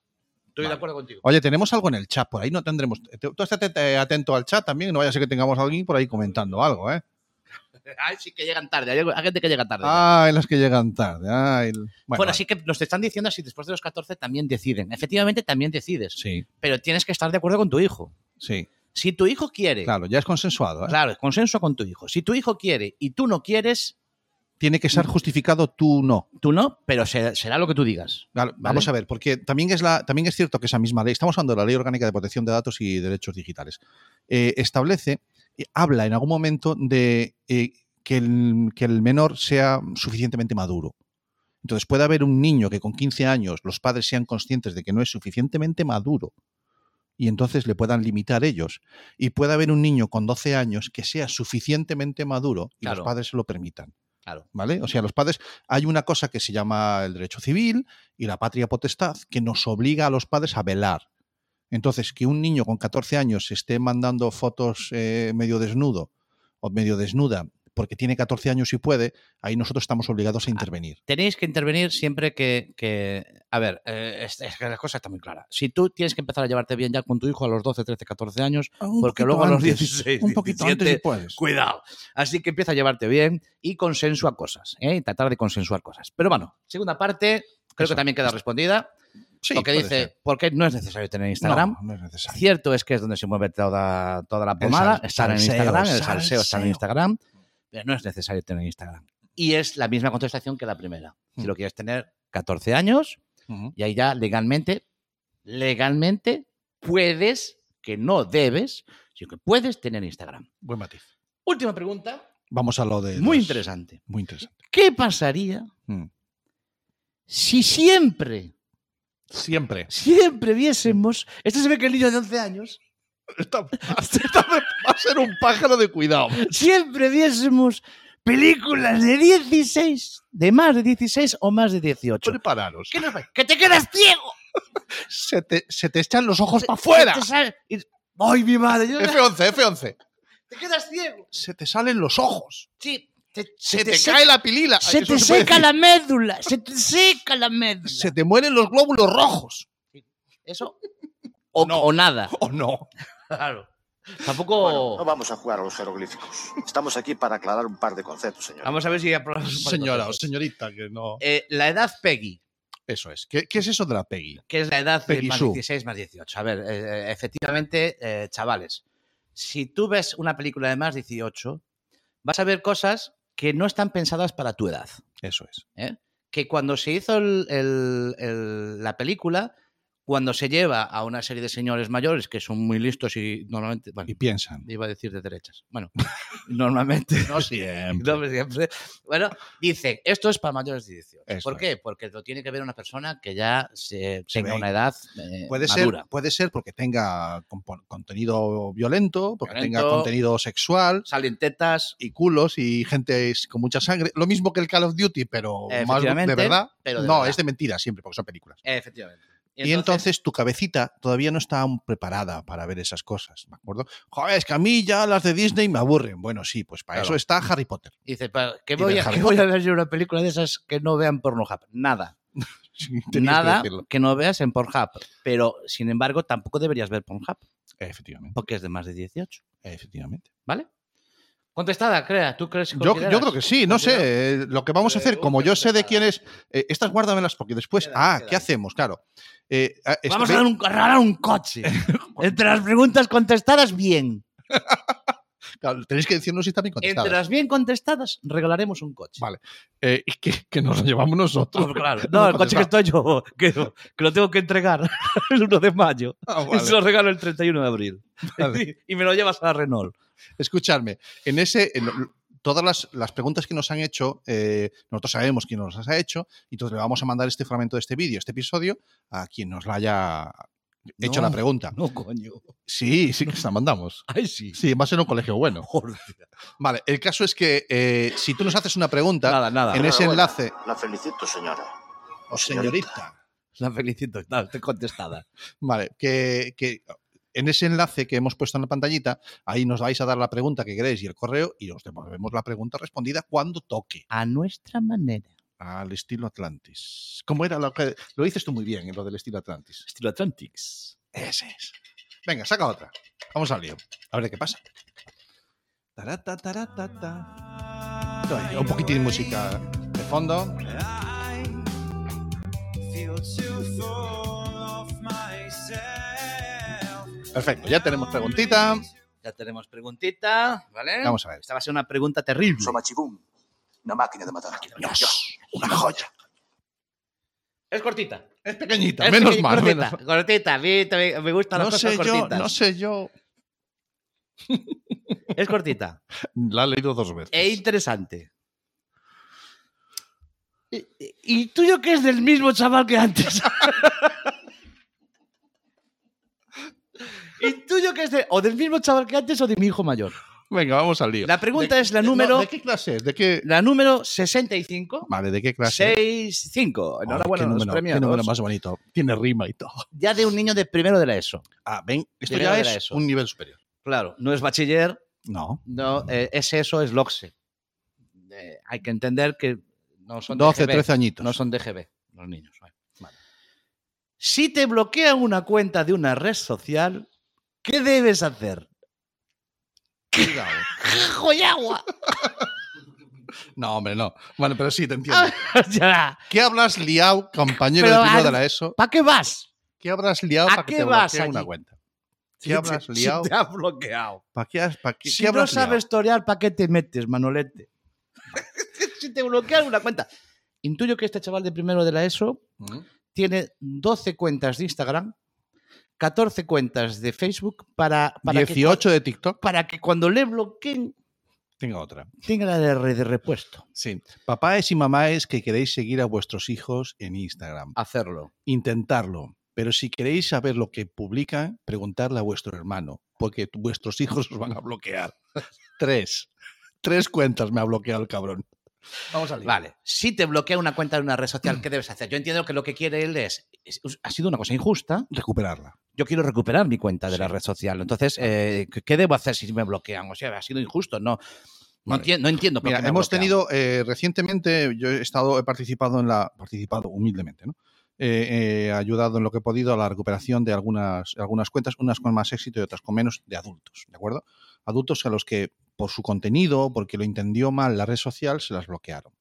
Speaker 4: Estoy
Speaker 2: Vale.
Speaker 4: de acuerdo contigo.
Speaker 2: Oye, tenemos algo en el chat por ahí, no tendremos. Tú estate eh, atento al chat también, no vaya a ser que tengamos a alguien por ahí comentando algo, ¿eh?
Speaker 4: Ay, sí que llegan tarde. Hay hay gente que llega tarde.
Speaker 2: Ay, las que llegan tarde. Ay, Ah, bueno,
Speaker 4: bueno,
Speaker 2: vale.
Speaker 4: así que nos te están diciendo si después de los 14 también deciden. Efectivamente, también decides.
Speaker 2: Sí,
Speaker 4: Pero tienes que estar de acuerdo con tu hijo.
Speaker 2: sí,
Speaker 4: Si tu hijo quiere,
Speaker 2: claro, ya es consensuado. ¿eh?
Speaker 4: claro, consenso con tu hijo. Si tu hijo quiere y tú no quieres,
Speaker 2: Tiene que ser justificado tú no.
Speaker 4: Tú no, pero se- será lo que tú digas.
Speaker 2: Claro,
Speaker 4: Vale.
Speaker 2: Vamos a ver, porque también es, la, también es cierto que esa misma ley, estamos hablando de la Ley Orgánica de Protección de Datos y Derechos Digitales, eh, establece, eh, habla en algún momento de eh, que, el, que el menor sea suficientemente maduro. Entonces puede haber un niño que con 15 años los padres sean conscientes de que no es suficientemente maduro y entonces le puedan limitar ellos. Y puede haber un niño con 12 años que sea suficientemente maduro y
Speaker 4: Claro.
Speaker 2: los padres se lo permitan.
Speaker 4: Claro.
Speaker 2: ¿Vale? O sea, los padres, hay una cosa que se llama el derecho civil y la patria potestad que nos obliga a los padres a velar. Entonces, que un niño con 14 años se esté mandando fotos eh, medio desnudo o medio desnuda porque tiene 14 años y puede, ahí nosotros estamos obligados a intervenir.
Speaker 4: Tenéis que intervenir siempre que. que- a ver, eh, es, es que la cosa está muy clara. Si tú tienes que empezar a llevarte bien ya con tu hijo a los 12, 13, 14 años,
Speaker 2: Un
Speaker 4: Porque
Speaker 2: poquito
Speaker 4: luego a los
Speaker 2: antes,
Speaker 4: 16,
Speaker 2: Un poquito
Speaker 4: 17,
Speaker 2: antes si puedes.
Speaker 4: cuidado. Así que empieza a llevarte bien y consensua cosas. ¿eh? Y Tratar de consensuar cosas. Pero bueno, segunda parte, creo
Speaker 2: Eso,
Speaker 4: que también queda
Speaker 2: eso.
Speaker 4: respondida.
Speaker 2: Sí,
Speaker 4: porque
Speaker 2: puede
Speaker 4: dice,
Speaker 2: ser.
Speaker 4: ¿por qué no es necesario tener Instagram?
Speaker 2: No, no es necesario.
Speaker 4: Cierto es que es donde se mueve toda, toda la pomada. estar
Speaker 2: sal-
Speaker 4: en
Speaker 2: salseo,
Speaker 4: Instagram, el salseo está en
Speaker 2: salseo.
Speaker 4: Instagram, pero no es necesario tener Instagram. Y es la misma contestación que la primera. Si
Speaker 2: Mm.
Speaker 4: lo quieres tener 14 años,
Speaker 2: Ujú.
Speaker 4: y ahí ya legalmente, legalmente puedes, que no debes, sino que puedes tener Instagram.
Speaker 2: Buen matiz.
Speaker 4: Última pregunta,
Speaker 2: Vamos a lo de.
Speaker 4: muy
Speaker 2: los-
Speaker 4: interesante.
Speaker 2: Muy interesante.
Speaker 4: ¿Qué pasaría
Speaker 2: Mm.
Speaker 4: si siempre,
Speaker 2: Siempre.
Speaker 4: siempre viésemos... Esto se ve que el niño de 11 años
Speaker 2: Esta- esta va a ser un pájaro de cuidado.
Speaker 4: siempre viésemos películas de 16, de más de 16 o más de 18.
Speaker 2: Prepararos.
Speaker 4: ¿Qué nos va- ¡Que te quedas ciego!
Speaker 2: Se te, se te echan los ojos para afuera.
Speaker 4: Te sal- y- ¡Ay, mi madre! yo-
Speaker 2: F11, F11.
Speaker 4: ¡Te quedas ciego!
Speaker 2: Se te salen los ojos.
Speaker 4: Sí. te-
Speaker 2: Se,
Speaker 4: se
Speaker 2: te,
Speaker 4: se-
Speaker 2: cae la pilila.
Speaker 4: se
Speaker 2: Eso
Speaker 4: te
Speaker 2: puede
Speaker 4: seca
Speaker 2: decir.
Speaker 4: la médula, se
Speaker 2: [LAUGHS]
Speaker 4: te seca la médula.
Speaker 2: Se te mueren los glóbulos rojos.
Speaker 4: Eso. O, o nada.
Speaker 2: [LAUGHS] ¿O Oh, no?
Speaker 4: Claro. Tampoco.
Speaker 3: Bueno, no vamos a jugar a los jeroglíficos. Estamos aquí para aclarar un par de conceptos, señor.
Speaker 4: Vamos a ver si aprobamos.
Speaker 2: Señora o señorita, que no.
Speaker 4: Eh, la edad Peggy,
Speaker 2: Eso es. ¿Qué, qué es eso de la Peggy?
Speaker 4: que es la edad de
Speaker 2: Peggy
Speaker 4: más
Speaker 2: Sue.
Speaker 4: 16 más 18. A ver, eh, eh, efectivamente, eh, chavales, si tú ves una película de más 18, vas a ver cosas que no están pensadas para tu edad.
Speaker 2: Eso es.
Speaker 4: que cuando se hizo el- el- el- la película, cuando se lleva a una serie de señores mayores que son muy listos y normalmente, bueno,
Speaker 2: Y piensan.
Speaker 4: iba a decir de derechas, bueno, [LAUGHS] normalmente,
Speaker 2: No siempre.
Speaker 4: no, pero siempre, bueno, dicen, esto es para mayores de 18.
Speaker 2: Eso
Speaker 4: ¿Por
Speaker 2: es.
Speaker 4: qué? Porque lo tiene que ver una persona que ya se,
Speaker 2: Se
Speaker 4: tenga
Speaker 2: ve.
Speaker 4: una edad eh,
Speaker 2: Puede ser,
Speaker 4: madura.
Speaker 2: puede ser porque tenga compo- contenido violento, porque tenga
Speaker 4: Violento.
Speaker 2: contenido sexual
Speaker 4: Salen tetas,
Speaker 2: y culos y gente es- con mucha sangre. Lo mismo que el Call of Duty, pero más de
Speaker 4: Efectivamente,
Speaker 2: verdad.
Speaker 4: pero de
Speaker 2: no,
Speaker 4: verdad.
Speaker 2: es de mentira siempre, porque son películas.
Speaker 4: efectivamente.
Speaker 2: Y entonces tu cabecita todavía no está aún preparada para ver esas cosas, ¿me acuerdo? Joder, es que a mí ya las de Disney me aburren. Bueno, sí, pues para
Speaker 4: Claro.
Speaker 2: eso está Harry Potter. [LAUGHS]
Speaker 4: dice, "Pa- ¿qué
Speaker 2: y
Speaker 4: voy,
Speaker 2: del
Speaker 4: a, [LAUGHS]
Speaker 2: Harry
Speaker 4: ¿qué voy a ver yo una película de esas que no vean Pornhub? Nada.
Speaker 2: Sí, [LAUGHS] tenías que
Speaker 4: nada
Speaker 2: decirlo.
Speaker 4: que no veas en Pornhub. Pero, sin embargo, tampoco deberías ver Pornhub,
Speaker 2: Efectivamente,
Speaker 4: porque es de más de 18,
Speaker 2: efectivamente.
Speaker 4: ¿vale? Contestada, crea. ¿Tú crees
Speaker 2: Yo, yo creo que sí, no sé. eh, Lo que vamos a hacer, como yo sé de quién es, eh, estas guárdamelas porque después.
Speaker 4: Quedan,
Speaker 2: Ah, ¿qué
Speaker 4: quedan.
Speaker 2: hacemos? Claro. Eh, ah, esto-
Speaker 4: Vamos a dar un, regalar un
Speaker 2: [LAUGHS]
Speaker 4: coche. Entre las preguntas contestadas, bien.
Speaker 2: claro, Tenéis que decirnos si están bien
Speaker 4: Entre
Speaker 2: contestadas.
Speaker 4: las bien contestadas, regalaremos un [LAUGHS] coche.
Speaker 2: Vale. Eh, y que, que nos lo llevamos nosotros.
Speaker 4: Ah,
Speaker 2: [LAUGHS]
Speaker 4: claro. No, el coche que estoy yo, [LAUGHS] que, que lo tengo que entregar [LAUGHS] el 1 de mayo.
Speaker 2: Ah,
Speaker 4: Y [LAUGHS]
Speaker 2: [LAUGHS] vale.
Speaker 4: se lo regalo el 31 de abril.
Speaker 2: Vale.
Speaker 4: Y me lo llevas a la Renault.
Speaker 2: Escuchadme, en ese. en lo- Todas las, las preguntas que nos han hecho, eh, nosotros sabemos quién nos las ha hecho, y entonces le vamos a mandar este fragmento de este vídeo, este episodio, a quien nos la haya hecho
Speaker 4: No.
Speaker 2: la pregunta.
Speaker 4: No, coño.
Speaker 2: Sí, [LAUGHS] sí que se la mandamos.
Speaker 4: Ay, sí.
Speaker 2: Sí, va a ser un colegio bueno.
Speaker 4: Joder.
Speaker 2: Vale, el caso es que eh, si tú nos haces una
Speaker 4: [LAUGHS]
Speaker 2: pregunta
Speaker 4: Nada, nada.
Speaker 2: en ese
Speaker 3: Enhorabuena.
Speaker 2: enlace,
Speaker 3: La felicito, señora.
Speaker 2: o Oh, señorita,
Speaker 4: La felicito. No, estoy contestada.
Speaker 2: vale, que, que en ese enlace que hemos puesto en la pantallita, ahí nos vais a dar la pregunta que queréis y el correo y os devolvemos la pregunta respondida cuando toque,
Speaker 4: A nuestra manera.
Speaker 2: al estilo Atlantis. ¿Cómo era lo que lo dices tú muy bien, eh, lo del estilo Atlantis?
Speaker 4: Estilo Atlantics.
Speaker 2: Ese es. Venga, saca otra. Vamos al lío. A ver qué pasa. Tarata, taratata. Ahí, Un poquitín de música de fondo. Perfecto, Pues ya tenemos preguntita.
Speaker 4: Ya tenemos preguntita, ¿vale?
Speaker 2: Vamos a ver.
Speaker 4: Esta va a ser una pregunta terrible.
Speaker 3: Somachibum. Una máquina de matar.
Speaker 2: Dios, una joya.
Speaker 4: Es cortita.
Speaker 2: Es pequeñita,
Speaker 4: Es
Speaker 2: menos
Speaker 4: pequeña,
Speaker 2: mal.
Speaker 4: Cortita,
Speaker 2: menos mal.
Speaker 4: cortita. A mí también me gustan
Speaker 2: No
Speaker 4: las
Speaker 2: sé
Speaker 4: cosas
Speaker 2: yo,
Speaker 4: cortitas.
Speaker 2: no sé yo.
Speaker 4: Es
Speaker 2: [LAUGHS]
Speaker 4: cortita.
Speaker 2: La he leído dos veces.
Speaker 4: e interesante. Y, y tuyo que es del mismo chaval que antes. [LAUGHS] y tuyo que es de, o del mismo chaval que antes o de mi hijo mayor.
Speaker 2: Venga, vamos al lío.
Speaker 4: La pregunta
Speaker 2: De-
Speaker 4: es la
Speaker 2: de-
Speaker 4: número,
Speaker 2: no, ¿De qué clase es? ¿De qué?
Speaker 4: la número 65.
Speaker 2: Vale, ¿de qué clase?
Speaker 4: 6-5. Enhorabuena a
Speaker 2: Ay, Ah, qué
Speaker 4: los
Speaker 2: número,
Speaker 4: premiados.
Speaker 2: Qué número más bonito. Tiene rima y todo.
Speaker 4: Ya de un niño de primero de la E ESO.
Speaker 2: Ah, ven, esto
Speaker 4: Primero
Speaker 2: ya
Speaker 4: era
Speaker 2: es
Speaker 4: eso.
Speaker 2: un nivel superior.
Speaker 4: Claro, no es bachiller,
Speaker 2: No.
Speaker 4: no, eh, es ESO, es LOXE. Eh, hay que entender que no son
Speaker 2: 12,
Speaker 4: DGB,
Speaker 2: 13 añitos.
Speaker 4: No son DGB los niños. vale. Si te bloquean una cuenta de una red social, ¿qué debes hacer?
Speaker 2: [LAUGHS] Cuidado.
Speaker 4: [LAUGHS] ¡Joyagua!
Speaker 2: No, hombre, no. Bueno, pero sí, te entiendo.
Speaker 4: ¿Para
Speaker 2: ¿Qué hablas liado, compañero
Speaker 4: Ah. Pero
Speaker 2: de primero
Speaker 4: al-
Speaker 2: de la ESO?
Speaker 4: qué vas?
Speaker 2: ¿Qué habrás liado
Speaker 4: ¿A
Speaker 2: para que
Speaker 4: qué
Speaker 2: te
Speaker 4: vas
Speaker 2: bloqueen una
Speaker 4: allí?
Speaker 2: cuenta?
Speaker 4: Si
Speaker 2: ¿Qué habrás
Speaker 4: te-
Speaker 2: liado?
Speaker 4: Si te ha bloqueado.
Speaker 2: ¿Para qué, has- pa' qué,
Speaker 4: Si
Speaker 2: qué
Speaker 4: no
Speaker 2: habrás
Speaker 4: sabes torear, ¿para qué te metes, Manolete? si te bloquean una cuenta. Intuyo que este chaval de primero de la ESO
Speaker 2: liado? ¿Mm?
Speaker 4: tiene 12 cuentas de Instagram, 14 cuentas de Facebook para, para, que,
Speaker 2: 18 de TikTok.
Speaker 4: para que cuando le bloqueen
Speaker 2: Tengo otra.
Speaker 4: tenga la de red de repuesto.
Speaker 2: Sí. Papáes y mamáes que queréis seguir a vuestros hijos en Instagram.
Speaker 4: Hacerlo.
Speaker 2: Intentarlo. Pero si queréis saber lo que publican, preguntarle a vuestro hermano, porque tu- vuestros hijos os van a bloquear. [LAUGHS] Tres. Tres cuentas me ha bloqueado el cabrón. Vamos al lío.
Speaker 4: Vale, si te bloquea una cuenta de una red social, ¿qué debes hacer? Yo entiendo que lo que quiere él es, es- ha sido una cosa injusta,
Speaker 2: Recuperarla.
Speaker 4: yo quiero recuperar mi cuenta de la red social. Entonces, eh, ¿qué- ¿qué debo hacer si me bloquean? O sea, ha sido injusto, no, no,
Speaker 2: Vale.
Speaker 4: entien- no entiendo. por
Speaker 2: Mira,
Speaker 4: qué me
Speaker 2: hemos
Speaker 4: bloquean.
Speaker 2: tenido eh, recientemente, yo he estado, he participado en la, participado humildemente, ¿no? Eh, eh, ayudado en lo que he podido a la recuperación de algunas, algunas cuentas, unas con más éxito y otras con menos, de adultos, ¿de acuerdo? Adultos a los que por su contenido, porque lo entendió mal la red social, se las bloquearon.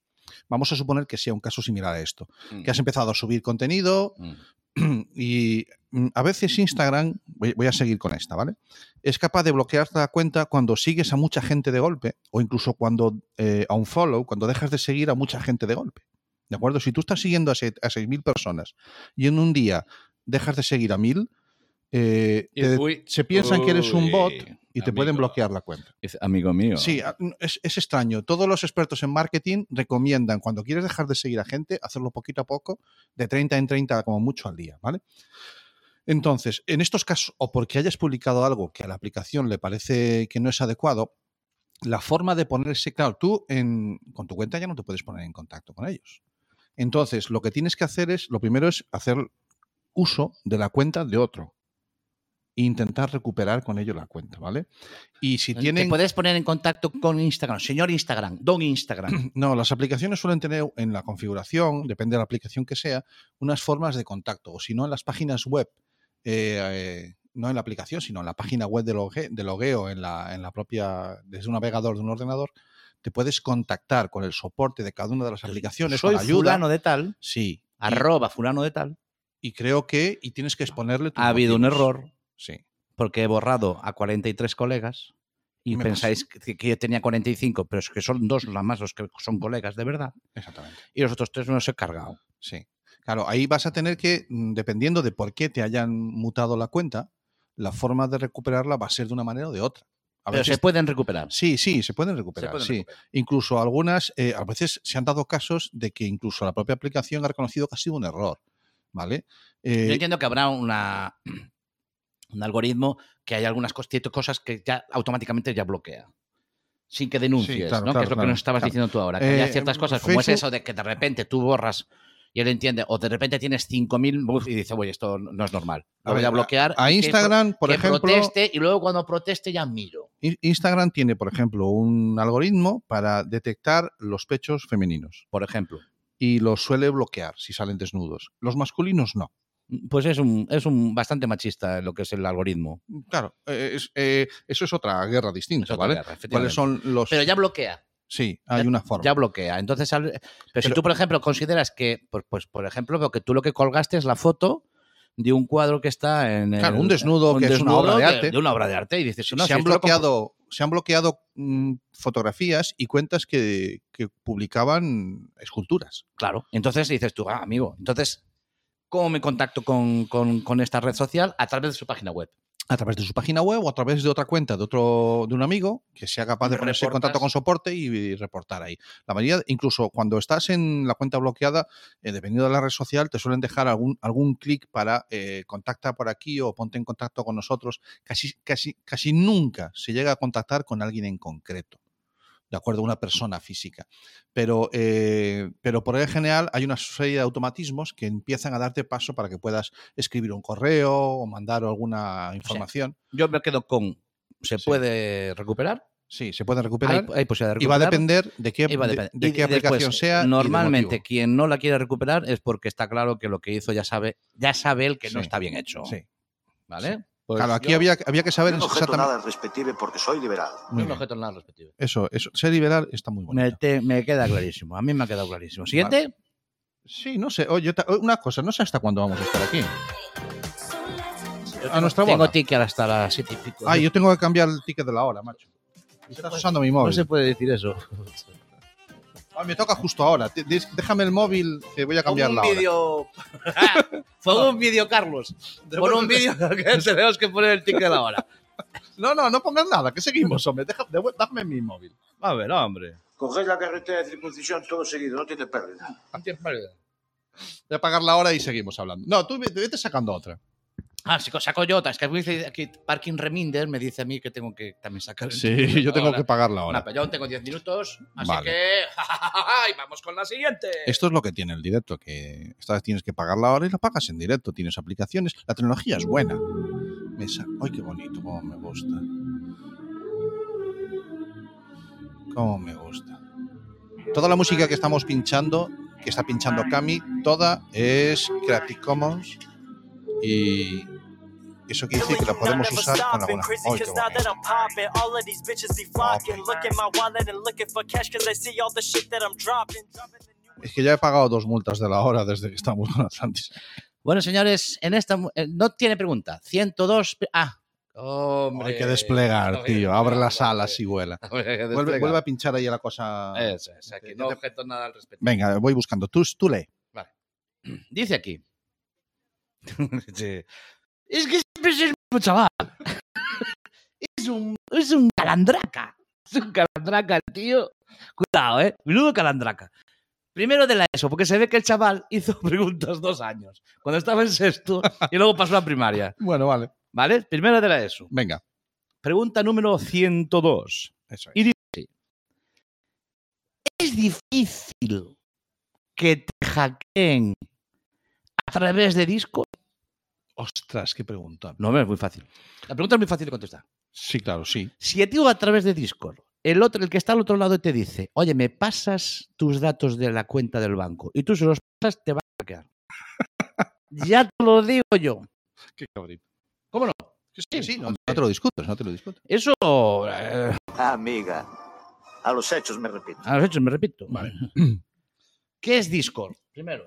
Speaker 2: Vamos a suponer que sea un caso similar a esto,
Speaker 4: Mm,
Speaker 2: que has empezado a subir contenido
Speaker 4: mm.
Speaker 2: y mm, a veces Instagram, voy, voy a seguir con esta, ¿vale? Es capaz de bloquear la cuenta cuando sigues a mucha gente de golpe o incluso cuando eh, a un follow, cuando dejas de seguir a mucha gente de golpe. ¿De acuerdo? Si tú estás siguiendo a se- a 6.000 personas y en un día dejas de seguir a 1.000, eh, te-
Speaker 4: Uy,
Speaker 2: se piensan que eres un bot
Speaker 4: uy,
Speaker 2: y te pueden
Speaker 4: amigo.
Speaker 2: bloquear la cuenta.
Speaker 4: Es amigo mío.
Speaker 2: Sí, a- es, es extraño. Todos los expertos en marketing recomiendan, cuando quieres dejar de seguir a gente, hacerlo poquito a poco, de 30 en 30 como mucho al día, ¿vale? Entonces, en estos casos, o porque hayas publicado algo que a la aplicación le parece que no es adecuado, la forma de ponerse, claro, tú en- con tu cuenta ya no te puedes poner en contacto con ellos. Entonces, lo que tienes que hacer es, lo primero es hacer uso de la cuenta de otro e intentar recuperar con ello la cuenta, ¿vale? Y si tienen...
Speaker 4: Te puedes poner en contacto con Instagram, señor Instagram, don [LAUGHS] Instagram.
Speaker 2: No, las aplicaciones suelen tener en la configuración, depende de la aplicación que sea, unas formas de contacto. O si no, en las páginas web, eh, eh, no en la aplicación, sino en la página web de, logue- de logueo, en la, en la propia, desde un navegador de un ordenador, te puedes contactar con el soporte de cada una de las aplicaciones,
Speaker 4: Soy
Speaker 2: con ayuda.
Speaker 4: fulano de tal,
Speaker 2: Sí.
Speaker 4: arroba fulano de tal.
Speaker 2: Y creo que, y tienes que exponerle tus
Speaker 4: Ha habido un
Speaker 2: motivos.
Speaker 4: error
Speaker 2: Sí.
Speaker 4: porque he borrado a 43 colegas y
Speaker 2: Me
Speaker 4: pensáis que, que yo tenía 45, pero es que son dos nada más los que son colegas de verdad
Speaker 2: Exactamente.
Speaker 4: y los otros tres me los he cargado.
Speaker 2: Sí. Claro, ahí vas a tener que, mm, dependiendo de por qué te hayan mutado la cuenta, la forma de recuperarla va a ser de una manera o de otra. A
Speaker 4: pero se pueden recuperar.
Speaker 2: Sí, sí, se pueden recuperar.
Speaker 4: Se pueden
Speaker 2: sí.
Speaker 4: recuperar.
Speaker 2: Incluso algunas, eh, a veces se han dado casos de que incluso la propia aplicación ha reconocido que ha sido un error. ¿Vale? Eh,
Speaker 4: Yo entiendo que habrá una, [CLEARS THROAT] un algoritmo que hay algunas cos- ciertas cosas que ya automáticamente ya bloquea. Sin que denuncies,
Speaker 2: Sí, claro,
Speaker 4: ¿no? que
Speaker 2: claro,
Speaker 4: es lo que
Speaker 2: claro,
Speaker 4: nos estabas
Speaker 2: claro.
Speaker 4: diciendo tú ahora. Que
Speaker 2: Eh,
Speaker 4: hay ciertas cosas, como es
Speaker 2: Facebook-
Speaker 4: eso de que de repente tú borras y él entiende, o de repente tienes 5.000 buf, y dice, oye, esto no es normal. Lo
Speaker 2: a
Speaker 4: voy
Speaker 2: ver,
Speaker 4: a bloquear.
Speaker 2: A
Speaker 4: y que
Speaker 2: Instagram, por
Speaker 4: que
Speaker 2: ejemplo.
Speaker 4: proteste y luego cuando proteste ya miro.
Speaker 2: I- Instagram tiene, por ejemplo, un algoritmo para detectar los pechos femeninos
Speaker 4: Por ejemplo.
Speaker 2: y los suele bloquear si salen desnudos. Los masculinos no.
Speaker 4: Pues es un, es un bastante machista lo que es el algoritmo.
Speaker 2: Claro, eh, es- eh, eso es otra guerra distinta,
Speaker 4: Es otra
Speaker 2: ¿vale?
Speaker 4: guerra,
Speaker 2: ¿Cuáles
Speaker 4: efectivamente.
Speaker 2: son los...?
Speaker 4: Pero ya bloquea.
Speaker 2: sí, hay una forma.
Speaker 4: Ya bloquea. Entonces, al- pero, si
Speaker 2: Pero-
Speaker 4: tú, por ejemplo, consideras que, pues, pues, por ejemplo, veo que tú lo que colgaste es la foto de un cuadro que está en el-
Speaker 2: Claro, un desnudo que es una obra de arte.
Speaker 4: De una obra de arte y dices, no,
Speaker 2: se,
Speaker 4: si
Speaker 2: han
Speaker 4: esto lo compro-
Speaker 2: bloqueado, se han bloqueado mm, fotografías y cuentas que, que publicaban esculturas.
Speaker 4: Claro. Entonces dices tú, ah, amigo, entonces, ¿cómo me contacto con, con- con esta red social? A través de su página web.
Speaker 2: A través de su página web o a través de otra cuenta de otro de un amigo que sea capaz de
Speaker 4: Me
Speaker 2: ponerse en
Speaker 4: reportas.
Speaker 2: contacto con soporte y, reportar ahí. La mayoría, incluso cuando estás en la cuenta bloqueada, eh, dependiendo de la red social, te suelen dejar algún, algún clic para eh, contacta por aquí o ponte en contacto con nosotros. Casi, casi, casi nunca se llega a contactar con alguien en concreto. de acuerdo a una persona física. Pero, eh, pero por el general hay una serie de automatismos que empiezan a darte paso para que puedas escribir un correo o mandar alguna información.
Speaker 4: Yo me quedo con, ¿se
Speaker 2: Sí.
Speaker 4: puede recuperar?
Speaker 2: Sí, se pueden recuperar.
Speaker 4: Hay- hay posibilidad de
Speaker 2: y va a
Speaker 4: recuperar.
Speaker 2: depender de qué,
Speaker 4: Y va a
Speaker 2: de-
Speaker 4: depender.
Speaker 2: de
Speaker 4: Y
Speaker 2: qué
Speaker 4: después,
Speaker 2: aplicación sea. y del
Speaker 4: Normalmente,
Speaker 2: motivo.
Speaker 4: quien no la quiere recuperar es porque está claro que lo que hizo ya sabe, ya sabe él que no
Speaker 2: Sí.
Speaker 4: está bien hecho.
Speaker 2: Sí.
Speaker 4: ¿Vale?
Speaker 2: Sí.
Speaker 4: Pues
Speaker 2: claro, aquí
Speaker 4: yo-
Speaker 2: había, había que saber
Speaker 3: Yo no objeto
Speaker 2: exactamente.
Speaker 3: nada al respective porque soy liberal.
Speaker 4: yo
Speaker 2: Muy
Speaker 4: no
Speaker 2: bien.
Speaker 4: objeto nada al respectivo.
Speaker 2: Eso, eso, ser liberal está muy
Speaker 4: Me,
Speaker 2: bonito.
Speaker 4: te- me queda clarísimo. A mí me ha quedado clarísimo. Siguiente.
Speaker 2: Sí, no sé. Oye, ta- eh, una cosa, no sé hasta cuándo vamos a estar aquí. A nuestra
Speaker 4: Tengo
Speaker 2: boda.
Speaker 4: ticket hasta las 7 y pico.
Speaker 2: Ah, yo tengo que cambiar el ticket de la hora, macho. Me estás usando mi móvil.
Speaker 4: no se puede decir eso.
Speaker 2: Ah, me toca justo ahora. Te- des- Déjame el móvil que voy a cambiar la hora.
Speaker 4: [LAUGHS] vídeo. Fue un vídeo, Carlos. Por un vídeo que tenemos que poner el ticket de la hora.
Speaker 2: No, no, no pongas nada, que seguimos, hombre. Deja- devu- dame mi móvil.
Speaker 4: A ver, hombre.
Speaker 3: Cogéis la carretera de circuncisión todo seguido, no tiene pérdida.
Speaker 2: Voy a apagar la hora y seguimos hablando. No, tú ve- vete sacando otra.
Speaker 4: Ah, sí, saco yo otra. Es que me dice aquí Parking Reminder me dice a mí que tengo que también sacar.
Speaker 2: Sí, yo tengo
Speaker 4: Ahora.
Speaker 2: que pagarla ahora.
Speaker 4: Nah, pero yo aún tengo 10 minutos, así
Speaker 2: Vale.
Speaker 4: que. y vamos con la siguiente!
Speaker 2: Esto es lo que tiene el directo, que esta vez tienes que pagarla ahora y la pagas en directo. Tienes aplicaciones, la tecnología es buena. Me sa- ¡Ay, qué bonito! ¡Cómo me gusta! ¡Cómo me gusta! Toda la música que estamos pinchando, que está pinchando Cami, toda es Creative Commons y eso quiere decir que la podemos usar con alguna. ¡Ay, qué bonito! Es que ya he pagado dos multas de la hora desde que estamos con Atlantis.
Speaker 4: Bueno, señores, en esta. mu- eh, No tiene pregunta. 102. pe- Ah, hombre.
Speaker 2: Hay que
Speaker 4: Pues,
Speaker 2: desplegar, tío. Abre
Speaker 4: [LAUGHS]
Speaker 2: las alas y vuela. Vuelve,
Speaker 4: Vuelve,
Speaker 2: vuelve a pinchar ahí a la cosa.
Speaker 4: Eso es, aquí no objeto nada al respecto.
Speaker 2: Venga, voy buscando. Tú, tú lee.
Speaker 4: Dice aquí. [LAUGHS] Sí. Es que siempre es el mismo chaval. [LAUGHS] es, un, es un calandraca. Es un calandraca, tío. Cuidado, ¿eh? Menudo calandraca. Primero de la ESO, porque se ve que el chaval hizo [LAUGHS] preguntas dos años. Cuando estaba en sexto y luego pasó a primaria.
Speaker 2: Bueno, vale.
Speaker 4: ¿Vale? Primero de la ESO.
Speaker 2: Venga.
Speaker 4: Pregunta número 102.
Speaker 2: Eso
Speaker 4: Y- Es difícil que te hackeen a través de disco.
Speaker 2: Ostras, qué pregunta.
Speaker 4: No, hombre, es muy fácil. La pregunta es muy fácil de contestar.
Speaker 2: Sí, claro, sí.
Speaker 4: Si a ti a través de Discord, el otro, el que está al otro lado te dice, oye, me pasas tus datos de la cuenta del banco y tú se los pasas, te va a hackear. ya te lo digo yo.
Speaker 2: Qué cabrón.
Speaker 4: ¿Cómo no?
Speaker 2: Sí, sí, no, no te lo discuto, no te lo discuto.
Speaker 4: Eso, eh,
Speaker 3: Ah, Amiga, a los hechos me repito.
Speaker 4: a los hechos, me repito. ¿Qué es Discord? Primero.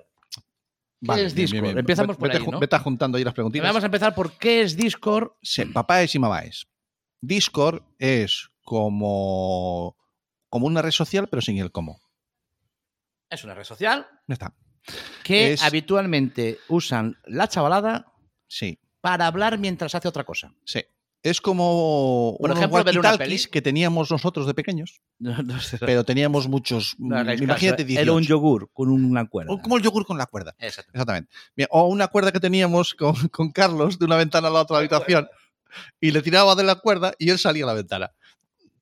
Speaker 4: ¿Qué es Discord? Empezamos
Speaker 2: Vete-
Speaker 4: por
Speaker 2: vete,
Speaker 4: ahí,
Speaker 2: ju-
Speaker 4: ¿no?
Speaker 2: vete juntando ahí las preguntitas.
Speaker 4: Vamos a empezar por qué es Discord.
Speaker 2: Sí, papáes y mamáes. Discord es como, como una red social, pero sin el cómo.
Speaker 4: Es una red social
Speaker 2: Ya está.
Speaker 4: que
Speaker 2: Es-
Speaker 4: habitualmente usan la chavalada
Speaker 2: Sí,
Speaker 4: para hablar mientras hace otra cosa.
Speaker 2: sí. Es como
Speaker 4: Por
Speaker 2: unos
Speaker 4: ejemplo, ver una
Speaker 2: walkie-talkies
Speaker 4: peli.
Speaker 2: que teníamos nosotros de pequeños,
Speaker 4: [LAUGHS] No, no sé.
Speaker 2: pero teníamos muchos. mm,
Speaker 4: No hagáis caso,
Speaker 2: imagínate,
Speaker 4: ¿eh?
Speaker 2: 18.
Speaker 4: Era un yogur con una cuerda.
Speaker 2: O Como el yogur con la cuerda.
Speaker 4: Exacto.
Speaker 2: Exactamente. Bien, o una cuerda que teníamos con, [LAUGHS] con Carlos de una ventana a la otra habitación y le tiraba de la cuerda y él salía a la ventana.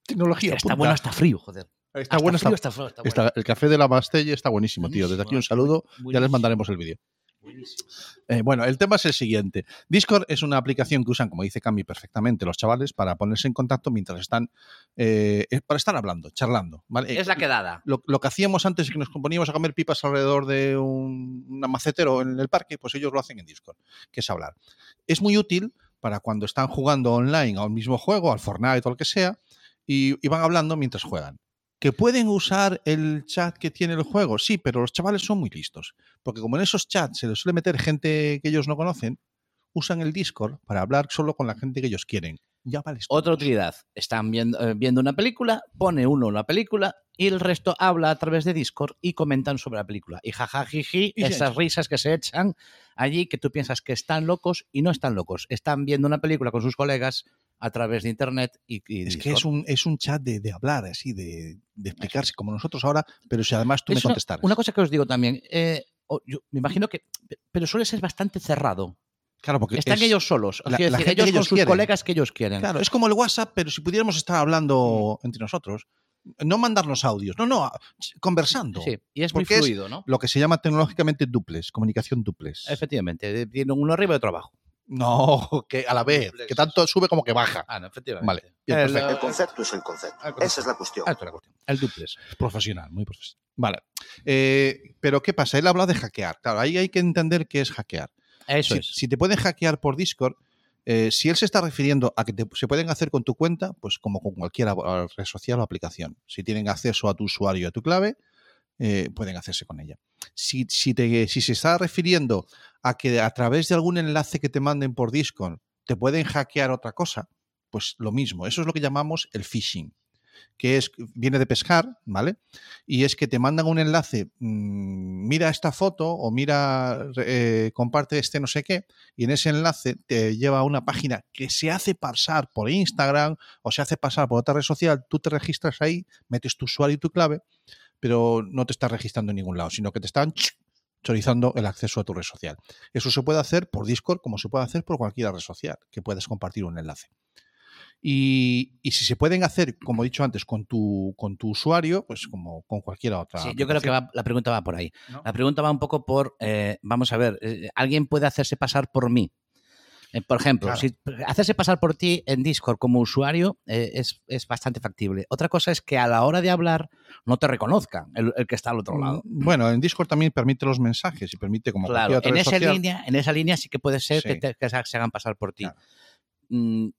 Speaker 2: Tecnología.
Speaker 4: Está
Speaker 2: punta.
Speaker 4: bueno hasta frío, joder.
Speaker 2: Está bueno,
Speaker 4: hasta frío,
Speaker 2: está-
Speaker 4: está frío, está
Speaker 2: está-
Speaker 4: bueno.
Speaker 2: el café de la Bastelle está buenísimo, tío. Desde
Speaker 4: Buenísimo,
Speaker 2: aquí un saludo. Ya les
Speaker 4: Buenísimo,
Speaker 2: mandaremos el vídeo.
Speaker 4: buenísimo.
Speaker 2: Eh, bueno, el tema es el siguiente. Discord es una aplicación que usan, como dice Cami perfectamente, los chavales para ponerse en contacto mientras están, eh, eh, para estar hablando, charlando. ¿vale?
Speaker 4: Es la quedada.
Speaker 2: lo, lo que hacíamos antes que nos poníamos a comer pipas alrededor de un, un macetero en el parque, pues ellos lo hacen en Discord, que es hablar. Es muy útil para cuando están jugando online a un mismo juego, al Fortnite o al que sea, y, y van hablando mientras juegan. ¿Que pueden usar el chat que tiene el juego? Sí, pero los chavales son muy listos. Porque como en esos chats se les suele meter gente que ellos no conocen, usan el Discord para hablar solo con la gente que ellos quieren. Ya vale. esto.
Speaker 4: Otra utilidad. Están viendo, eh, viendo una película, pone uno la película y el resto habla a través de Discord y comentan sobre la película. Y jaja, jiji,
Speaker 2: Y se
Speaker 4: esas risas que se echan allí que tú piensas que están locos y no están locos. Están viendo una película con sus colegas a través de internet y, y
Speaker 2: Es
Speaker 4: Discord.
Speaker 2: que es un, es un chat de, de hablar, así, de, de explicarse como nosotros ahora, pero si además tú
Speaker 4: Es
Speaker 2: me
Speaker 4: una-
Speaker 2: contestaras.
Speaker 4: Una, cosa que os digo también, eh, o- yo me imagino que, pero suele ser bastante cerrado.
Speaker 2: claro, porque
Speaker 4: Están
Speaker 2: es,
Speaker 4: ellos solos,
Speaker 2: la-
Speaker 4: quiero
Speaker 2: la
Speaker 4: decir,
Speaker 2: gente
Speaker 4: ellos,
Speaker 2: que
Speaker 4: con
Speaker 2: ellos
Speaker 4: sus
Speaker 2: quieren.
Speaker 4: colegas que ellos quieren.
Speaker 2: Claro, es como el WhatsApp, pero si pudiéramos estar
Speaker 4: Mm.
Speaker 2: hablando entre nosotros, no mandarnos audios, no, no, a- conversando.
Speaker 4: Sí, y es muy
Speaker 2: Porque es-
Speaker 4: fluido, ¿no?
Speaker 2: Lo que se llama tecnológicamente duples, comunicación duples.
Speaker 4: Efectivamente, eh, tiene uno arriba y otro abajo.
Speaker 2: No, [LAUGHS] que a la vez, que tanto sube como que baja.
Speaker 4: Ah, no, efectivamente.
Speaker 2: Vale, bien,
Speaker 4: El,
Speaker 2: perfecto.
Speaker 3: El concepto es el concepto.
Speaker 4: Ah, correcto.
Speaker 3: Esa es la cuestión.
Speaker 4: ah, esto era cuestión. El duples.
Speaker 2: Profesional, muy profesional. Vale. Eh, pero ¿qué pasa? Él habla de hackear. Claro, ahí hay que entender qué es hackear.
Speaker 4: Eso
Speaker 2: si,
Speaker 4: es.
Speaker 2: si te pueden hackear por Discord, eh, si él se está refiriendo a que te- se pueden hacer con tu cuenta, pues como con cualquier ab- red social o aplicación. Si tienen acceso a tu usuario y a tu clave, eh, pueden hacerse con ella. Si, si te- si se está refiriendo a que a través de algún enlace que te manden por Discord te pueden hackear otra cosa, pues lo mismo. Eso es lo que llamamos el phishing, que es, viene de pescar, ¿vale? y es que te mandan un enlace, mm, mira esta foto o mira, eh, comparte este no sé qué, y en ese enlace te lleva a una página que se hace pasar por Instagram o se hace pasar por otra red social, tú te registras ahí, metes tu usuario y tu clave, pero no te estás registrando en ningún lado, sino que te están ch, chorizando el acceso a tu red social. Eso se puede hacer por Discord como se puede hacer por cualquier red social, que puedes compartir un enlace. Y, y si se pueden hacer, como he dicho antes, con tu, con tu usuario, pues como con cualquier otra.
Speaker 4: Sí, yo creo que va- la pregunta va por ahí. La pregunta va un poco por, eh, vamos a ver, eh, alguien puede hacerse pasar por mí. Eh, por ejemplo,
Speaker 2: Claro.
Speaker 4: si hacerse pasar por ti en Discord como usuario eh, es, es bastante factible. Otra cosa es que a la hora de hablar no te reconozca el, el que está al
Speaker 2: Mm,
Speaker 4: otro lado.
Speaker 2: Bueno, en Discord también permite los mensajes y permite como cualquier
Speaker 4: Claro,
Speaker 2: otra
Speaker 4: en
Speaker 2: red
Speaker 4: esa,
Speaker 2: social.
Speaker 4: línea, en esa línea sí que puede ser que,
Speaker 2: Sí.
Speaker 4: te- que se se hagan pasar por ti.
Speaker 2: Claro.
Speaker 4: Mm,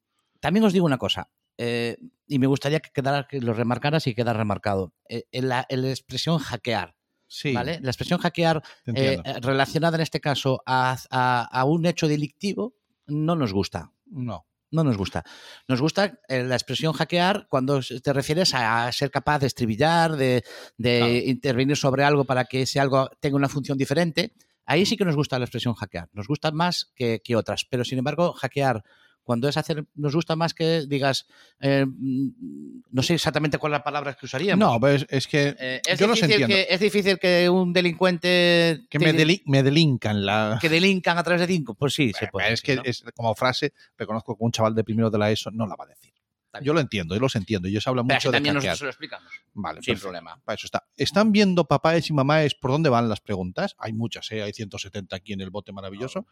Speaker 4: también os digo una cosa, eh, y me gustaría que, quedara, que lo remarcaras y queda remarcado. Eh, en la, en la expresión hackear,
Speaker 2: Sí,
Speaker 4: ¿vale? La expresión hackear
Speaker 2: te
Speaker 4: eh,
Speaker 2: entiendo.
Speaker 4: eh, relacionada en este caso a, a- a un hecho delictivo, no nos gusta.
Speaker 2: no.
Speaker 4: No nos gusta. Nos gusta eh, la expresión hackear cuando se- te refieres a ser capaz de estribillar, de, de
Speaker 2: Claro.
Speaker 4: intervenir sobre algo para que ese algo tenga una función diferente. Ahí sí que nos gusta la expresión hackear. Nos gusta más que, que otras. Pero sin embargo, hackear, cuando es hacer, nos gusta más que digas, eh, mm, no sé exactamente cuál es la palabra que usaríamos.
Speaker 2: No, pero es, es que
Speaker 4: Eh, es,
Speaker 2: yo los
Speaker 4: difícil
Speaker 2: entiendo.
Speaker 4: que, es difícil que un delincuente
Speaker 2: que
Speaker 4: te-
Speaker 2: me, deli- me delincan la...
Speaker 4: que delincan a través de cinco. Pues
Speaker 2: [LAUGHS]
Speaker 4: sí, se puede.
Speaker 2: es que
Speaker 4: ¿no?
Speaker 2: es como frase, reconozco que un chaval de primero de la ESO no la va a decir.
Speaker 4: bien.
Speaker 2: Yo lo entiendo, yo los entiendo. Yo se habla
Speaker 4: Pero así
Speaker 2: mucho de
Speaker 4: también
Speaker 2: hackear.
Speaker 4: nosotros se lo explicamos.
Speaker 2: Vale,
Speaker 4: sin
Speaker 2: perfecto.
Speaker 4: problema.
Speaker 2: Para eso está. ¿Están viendo papáes y mamáes por dónde van las preguntas? Hay muchas, ¿eh? hay 170 aquí en el bote maravilloso.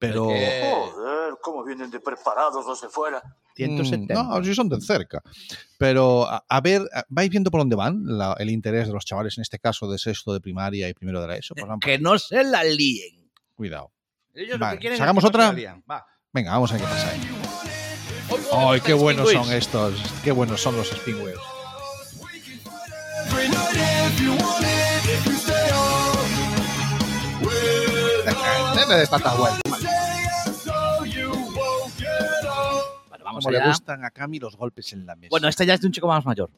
Speaker 2: Pero.
Speaker 3: Joder, cómo vienen de preparados los de fuera.
Speaker 2: Mm, No, si son de cerca. Pero a, a ver, a- ¿vais viendo por dónde van la- el interés de los chavales, en este caso de sexto de primaria y primero de la ESO? Pues van por-
Speaker 4: que no se la líen.
Speaker 2: Cuidado.
Speaker 4: Ellos
Speaker 2: Vale,
Speaker 4: lo que quieren
Speaker 2: ¿sacamos
Speaker 4: es que no
Speaker 2: otra?
Speaker 4: se la líen. Va.
Speaker 2: Venga, vamos a ver qué pasa ahí.
Speaker 4: Hoy
Speaker 2: ¡Ay, qué buenos
Speaker 4: pingüis.
Speaker 2: son estos! ¡Qué buenos son los
Speaker 4: [LAUGHS]
Speaker 2: Spinwares! Deme de patas guay.
Speaker 4: Bueno, vamos
Speaker 2: Como le
Speaker 4: allá.
Speaker 2: gustan a Cami los golpes en la mesa. Ah,
Speaker 4: Bueno, este ya es de un chico más mayor.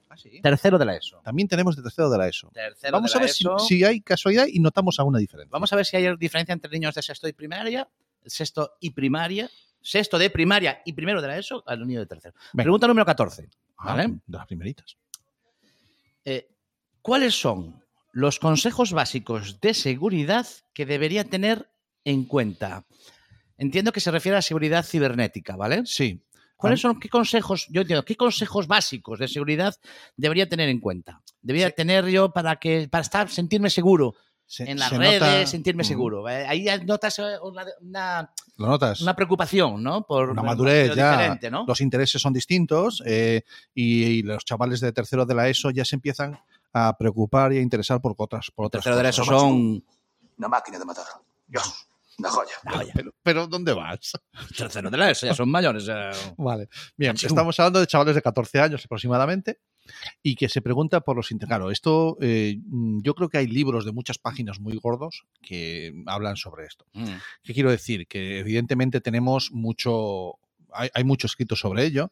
Speaker 4: Tercero de la ESO.
Speaker 2: También tenemos de tercero de la ESO.
Speaker 4: Tercero
Speaker 2: Vamos
Speaker 4: de
Speaker 2: a
Speaker 4: la
Speaker 2: ver si,
Speaker 4: ESO.
Speaker 2: si hay casualidad y notamos alguna diferencia.
Speaker 4: Vamos a ver si hay diferencia entre niños de sexto y primaria, sexto y primaria, sexto de primaria y primero de la ESO al niño de tercero.
Speaker 2: Venga.
Speaker 4: Pregunta número 14.
Speaker 2: Ah,
Speaker 4: ¿vale?
Speaker 2: De las primeritas.
Speaker 4: Eh, ¿Cuáles son los consejos básicos de seguridad que debería tener en cuenta? Entiendo que se refiere a seguridad cibernética, ¿vale?
Speaker 2: Sí.
Speaker 4: ¿Cuáles son qué consejos? Yo entiendo, ¿qué consejos básicos de seguridad debería tener en cuenta? Debería tener yo para que para estar sentirme seguro
Speaker 2: Se-
Speaker 4: en las
Speaker 2: Eh, se
Speaker 4: redes,
Speaker 2: nota-
Speaker 4: sentirme
Speaker 2: Mm,
Speaker 4: seguro. Eh, Ahí notas eh, una, una-
Speaker 2: Lo notas.
Speaker 4: una preocupación, ¿no? Por
Speaker 2: una
Speaker 4: por-
Speaker 2: madurez
Speaker 4: por
Speaker 2: ya,
Speaker 4: diferente, ¿no?
Speaker 2: los intereses son distintos eh, y, y los chavales de tercero de la ESO ya se empiezan a preocupar y a interesar por otras por otras
Speaker 4: Tercero de la ESO
Speaker 2: cosas.
Speaker 4: son Ah,
Speaker 3: Una máquina de matar. Dios, una joya.
Speaker 2: Pero, pero ¿dónde vas? [LAUGHS]
Speaker 4: tercero de la ESO, ya son mayores. eh.
Speaker 2: Vale. Bien,
Speaker 4: Achú.
Speaker 2: estamos hablando de chavales de 14 años aproximadamente y que se pregunta por los inter- Claro, esto eh, mm, yo creo que hay libros de muchas páginas muy gordos que hablan sobre esto.
Speaker 4: Mm.
Speaker 2: ¿Qué quiero decir? Que evidentemente tenemos mucho, hay, hay mucho escrito sobre ello,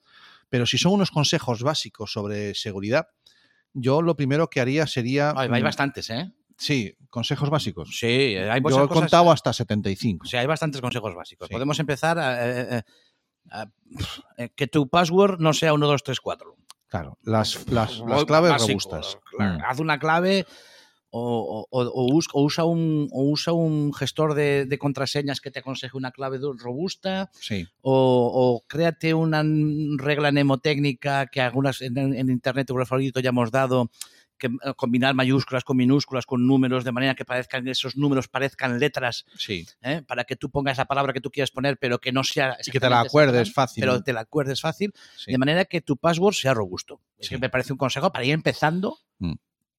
Speaker 2: pero si son unos consejos básicos sobre seguridad, yo lo primero que haría sería...
Speaker 4: Ay, hay
Speaker 2: mm,
Speaker 4: bastantes, ¿eh?
Speaker 2: Sí, consejos básicos.
Speaker 4: Sí, eh, hay muchas
Speaker 2: yo he
Speaker 4: cosas-
Speaker 2: contado hasta 75.
Speaker 4: O sea, hay bastantes consejos básicos.
Speaker 2: Sí.
Speaker 4: Podemos empezar a, eh, eh, a- eh, que tu password no sea 1, 2, 3, 4.
Speaker 2: Claro, las, las, las claves
Speaker 4: Básico.
Speaker 2: robustas. Mm.
Speaker 4: Claro, Haz una clave o, o- o us- o usa, un, o usa un gestor de, de contraseñas que te aconseje una clave du- robusta
Speaker 2: Mm, Sí.
Speaker 4: o, o créate una n- regla mnemotécnica que algunas en, en internet por favorito ya hemos dado que eh, combinar mayúsculas con minúsculas con números de manera que parezcan esos números parezcan letras
Speaker 2: Sí.
Speaker 4: ¿eh? para que tú pongas la palabra que tú quieras poner, pero que no sea.
Speaker 2: Y que te la acuerdes
Speaker 4: exactamente,
Speaker 2: fácil.
Speaker 4: Pero te la acuerdes fácil,
Speaker 2: sí.
Speaker 4: de manera que tu password sea robusto. Es
Speaker 2: Sí.
Speaker 4: que me parece un consejo para ir empezando
Speaker 2: Mm.